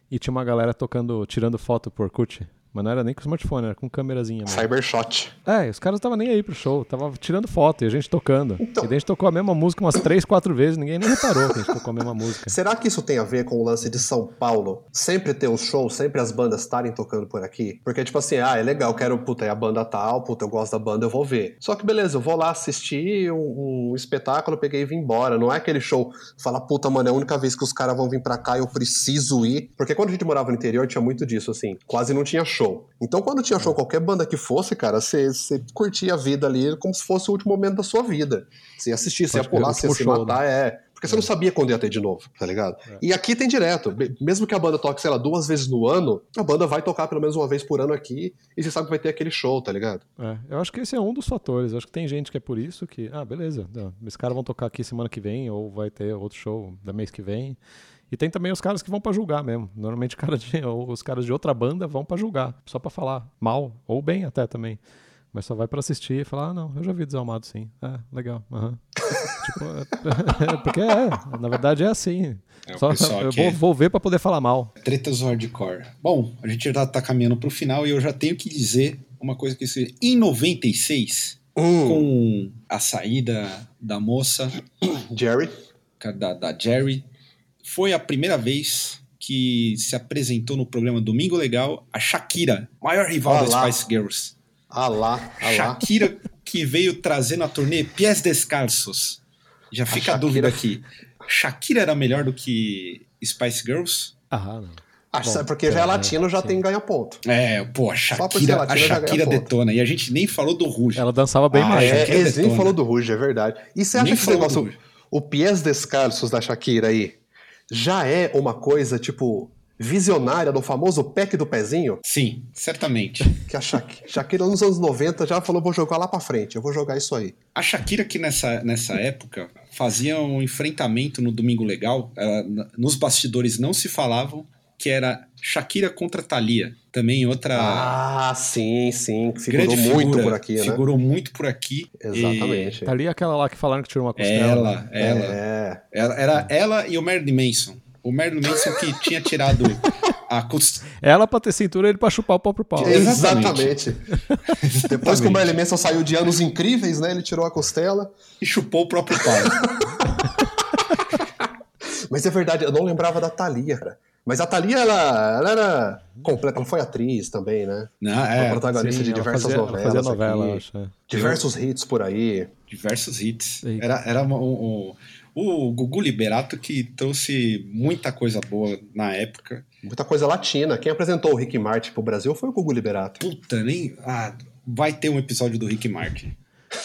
[SPEAKER 2] E tinha uma galera tocando, tirando foto por Orkut. Mas não era nem com smartphone, era com câmerazinha mesmo.
[SPEAKER 4] Cybershot.
[SPEAKER 2] É, os caras não estavam nem aí pro show, tava tirando foto e a gente tocando.
[SPEAKER 4] Então.
[SPEAKER 2] E daí a gente tocou a mesma música umas três, quatro vezes, ninguém nem reparou que a gente tocou a mesma música.
[SPEAKER 4] Será que isso tem a ver com o lance de São Paulo? Sempre ter um show, sempre as bandas estarem tocando por aqui? Porque, tipo assim, ah, é legal, quero, puta, é a banda tal, puta, eu gosto da banda, eu vou ver. Só que beleza, eu vou lá assistir um, um espetáculo, peguei e vim embora. Não é aquele show, fala, puta, mano, é a única vez que os caras vão vir pra cá, eu preciso ir. Porque quando a gente morava no interior, tinha muito disso, assim, quase não tinha show. Então, quando tinha show, qualquer banda que fosse, cara, você você curtia a vida ali como se fosse o último momento da sua vida. Você ia assistir, você ia
[SPEAKER 2] Pode crer,
[SPEAKER 4] pular,
[SPEAKER 2] o
[SPEAKER 4] você ia
[SPEAKER 2] último
[SPEAKER 4] se
[SPEAKER 2] show, né? É.
[SPEAKER 4] matar, é. Porque você não sabia quando ia ter de novo, tá ligado? E aqui tem direto. Be- Mesmo que a banda toque, sei lá, duas vezes no ano, a banda vai tocar pelo menos uma vez por ano aqui e você sabe que vai ter aquele show, tá ligado?
[SPEAKER 2] É, eu acho que esse é um dos fatores. Eu acho que tem gente que é por isso que, ah, beleza, não, esses caras vão tocar aqui semana que vem, ou vai ter outro show da mês que vem. E tem também os caras que vão pra julgar mesmo. Normalmente cara de- ou os caras de outra banda vão pra julgar, só pra falar mal, ou bem até também. Mas só vai pra assistir e falar, ah, não, eu já vi Desalmado sim. É, legal, aham. tipo, é, porque é, na verdade é assim.
[SPEAKER 3] É, o
[SPEAKER 2] só,
[SPEAKER 3] pessoal
[SPEAKER 2] eu
[SPEAKER 3] que-
[SPEAKER 2] vou, vou ver pra poder falar mal.
[SPEAKER 3] Tretas do hardcore. Bom, a gente já tá caminhando pro final e eu já tenho que dizer uma coisa que se- em 96, com a saída da moça,
[SPEAKER 4] Jerry,
[SPEAKER 3] da, da Jerry, foi a primeira vez que se apresentou no programa Domingo Legal a Shakira, maior rival
[SPEAKER 4] Olha lá.
[SPEAKER 3] das Spice Girls.
[SPEAKER 4] ah lá, ah lá.
[SPEAKER 3] Shakira que veio trazer na turnê Pies Descalços. Já fica a,
[SPEAKER 4] Shakira-
[SPEAKER 3] dúvida aqui. Shakira era melhor do que Spice Girls?
[SPEAKER 2] Ah, não.
[SPEAKER 4] Ah, sabe, porque
[SPEAKER 2] Bom,
[SPEAKER 4] já é
[SPEAKER 2] é,
[SPEAKER 4] latino, já
[SPEAKER 2] sim.
[SPEAKER 4] tem ganha-ponto.
[SPEAKER 3] É, pô, a
[SPEAKER 4] por ser
[SPEAKER 3] Shakira,
[SPEAKER 4] latina
[SPEAKER 3] a
[SPEAKER 4] já ganha
[SPEAKER 3] Shakira
[SPEAKER 4] ponto.
[SPEAKER 3] detona. E a gente nem falou do Ruge.
[SPEAKER 2] Ela dançava bem
[SPEAKER 3] Ah,
[SPEAKER 2] mais.
[SPEAKER 3] é.
[SPEAKER 2] né?
[SPEAKER 3] Shakira
[SPEAKER 4] eles nem
[SPEAKER 3] detona.
[SPEAKER 4] falou do Ruge, é verdade. E você acha
[SPEAKER 3] Nem
[SPEAKER 4] que esse
[SPEAKER 3] falou do
[SPEAKER 4] negócio,
[SPEAKER 3] Ruge.
[SPEAKER 4] o Pies Descalços da Shakira aí, já é uma coisa, tipo, visionária do famoso pack do pezinho?
[SPEAKER 3] Sim, certamente.
[SPEAKER 4] Que a Shak- Shakira nos anos 90 já falou, vou jogar lá pra frente, eu vou jogar isso aí.
[SPEAKER 3] A Shakira, que nessa, nessa época fazia um enfrentamento no Domingo Legal, ela- n- nos bastidores não se falavam, que era Shakira contra Thalia. Também outra
[SPEAKER 4] Ah, sim, sim. que Figurou
[SPEAKER 3] grande
[SPEAKER 4] muito
[SPEAKER 3] figura.
[SPEAKER 4] por aqui, né?
[SPEAKER 3] Figurou muito por aqui.
[SPEAKER 4] Exatamente.
[SPEAKER 2] Tá ali aquela lá que falaram que tirou uma
[SPEAKER 3] E
[SPEAKER 2] costela.
[SPEAKER 3] ela, ela,
[SPEAKER 4] É.
[SPEAKER 3] ela. Era ela e o Marilyn Manson. O Marilyn Manson que tinha tirado a costela.
[SPEAKER 2] Ela pra ter cintura, ele pra chupar o próprio pau.
[SPEAKER 3] É.
[SPEAKER 4] Exatamente. Depois que o
[SPEAKER 3] Exatamente.
[SPEAKER 4] Marilyn Manson saiu de anos incríveis, né? Ele tirou a costela.
[SPEAKER 3] e chupou o próprio pau.
[SPEAKER 4] Mas é verdade, eu não lembrava da Thalia, cara. Mas a Thalia, ela, ela era completa, ela foi atriz também, né?
[SPEAKER 3] Não,
[SPEAKER 4] Foi
[SPEAKER 3] é,
[SPEAKER 2] Sim,
[SPEAKER 4] protagonista de
[SPEAKER 2] ela
[SPEAKER 4] diversas
[SPEAKER 2] fazia, ela
[SPEAKER 4] novelas.
[SPEAKER 2] Fazia novela,
[SPEAKER 4] aqui,
[SPEAKER 2] eu acho. é.
[SPEAKER 4] Diversos hits por aí.
[SPEAKER 3] diversos hits.
[SPEAKER 2] Eita.
[SPEAKER 3] Era, era um, um- o Gugu Liberato que trouxe muita coisa boa na época.
[SPEAKER 4] Muita coisa latina. Quem apresentou o Rick Martin pro Brasil foi o Gugu Liberato.
[SPEAKER 3] Puta, nem. Ah, vai ter um episódio do Rick Martin.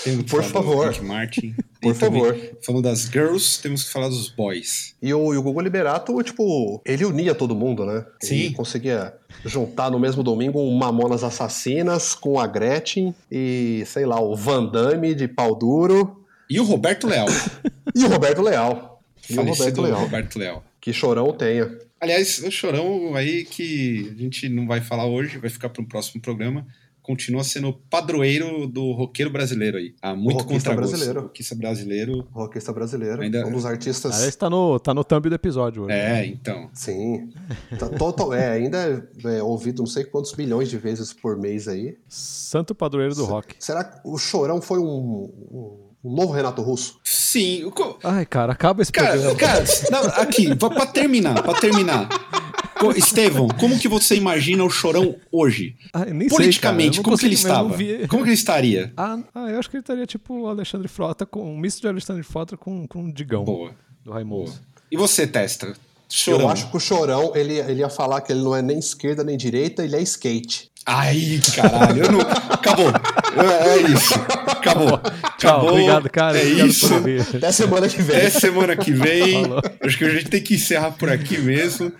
[SPEAKER 3] Temos que
[SPEAKER 4] Por
[SPEAKER 3] falar
[SPEAKER 4] favor.
[SPEAKER 3] Do Rick Martin.
[SPEAKER 4] Por
[SPEAKER 3] E também,
[SPEAKER 4] favor.
[SPEAKER 3] Falando das girls, temos que falar dos boys.
[SPEAKER 4] E o, e o Gugu Liberato, tipo, ele unia todo mundo, né? Ele
[SPEAKER 3] Sim.
[SPEAKER 4] conseguia juntar no mesmo domingo um Mamonas Assassinas com a Gretchen e, sei lá, o Van Damme de pau duro
[SPEAKER 3] E o Roberto Leal.
[SPEAKER 4] e o Roberto Leal. E o Roberto
[SPEAKER 3] falecido
[SPEAKER 4] Leal.
[SPEAKER 3] Roberto Leal.
[SPEAKER 4] Que chorão tenha.
[SPEAKER 3] Aliás, o Chorão aí que a gente não vai falar hoje, vai ficar para um próximo programa, continua sendo padroeiro do roqueiro brasileiro aí. Ah, muito
[SPEAKER 4] roquista
[SPEAKER 3] contra brasileiro.
[SPEAKER 4] brasileiro.
[SPEAKER 3] Roquista brasileiro.
[SPEAKER 4] Rockista brasileiro.
[SPEAKER 3] Ainda-
[SPEAKER 4] Um dos artistas.
[SPEAKER 2] Aliás, tá no, tá no thumb do episódio hoje.
[SPEAKER 3] É, então.
[SPEAKER 4] Sim. Tá total, é, ainda é, é ouvido não sei quantos bilhões de vezes por mês aí.
[SPEAKER 2] Santo padroeiro do rock.
[SPEAKER 4] Será que o Chorão foi um- um- um novo Renato Russo?
[SPEAKER 3] Sim, o co-
[SPEAKER 2] Ai, cara, acaba esse
[SPEAKER 3] cara,
[SPEAKER 2] programa.
[SPEAKER 3] cara, não, aqui, para terminar, para terminar. Co- Estevão, como que você imagina o Chorão hoje?
[SPEAKER 2] Ai, nem sei,
[SPEAKER 3] Politicamente,
[SPEAKER 2] cara, eu não
[SPEAKER 3] como que ele
[SPEAKER 2] consigo, mas
[SPEAKER 3] estava?
[SPEAKER 2] não vi-
[SPEAKER 3] Como que ele estaria?
[SPEAKER 2] Ah, ah, eu acho que ele estaria tipo o Alexandre Frota, com, um misto de Alexandre Frota com, com um Digão,
[SPEAKER 3] Boa.
[SPEAKER 2] do Raimundo.
[SPEAKER 3] E você, Testa?
[SPEAKER 4] Eu
[SPEAKER 3] Chorão.
[SPEAKER 4] acho que o Chorão, ele, ele ia falar que ele não é nem esquerda nem direita, ele é skate.
[SPEAKER 3] Ai, caralho. eu não- Acabou. É, é isso. Acabou.
[SPEAKER 2] Tchau,
[SPEAKER 3] Acabou.
[SPEAKER 2] obrigado, cara.
[SPEAKER 3] É
[SPEAKER 2] obrigado
[SPEAKER 3] isso.
[SPEAKER 2] por ouvir.
[SPEAKER 4] Até semana que
[SPEAKER 3] Até
[SPEAKER 4] vem.
[SPEAKER 3] semana que vem.
[SPEAKER 2] Falou.
[SPEAKER 3] Acho que a gente tem que encerrar por aqui mesmo.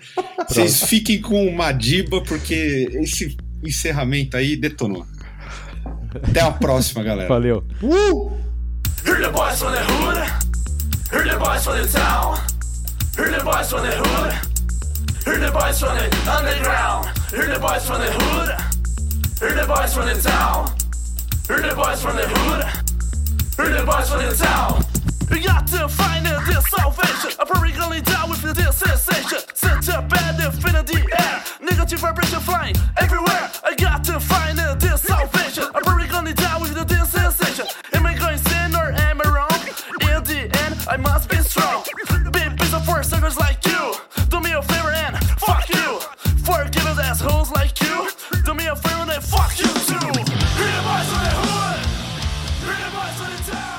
[SPEAKER 3] Vocês fiquem com o Madiba, porque esse encerramento aí detonou. Até a próxima, galera.
[SPEAKER 2] Valeu.
[SPEAKER 4] Uh!
[SPEAKER 5] Heard the boys on the hood. Heard the boys from the town. Heard the boys from the hood. Heard the boys from the underground. Heard the boys from the hood. Heard the boys from the town. Heard the boys from the hood. Heard the boys from the town. We got to find the dear salvation. I'm probably going down with the dear sensation. Such a bad infinity air. Negative vibration flying everywhere. I got to find the dear salvation. I'm probably going down with the dear sensation. Am I going sin or am I wrong? In the end, I must be strong. Be a piece of poor suckers like you. Do me a favor and fuck you. Forgive assholes like you. Do me a favor and fuck you too. Hear the voice of the hood. Hear the voice of the town.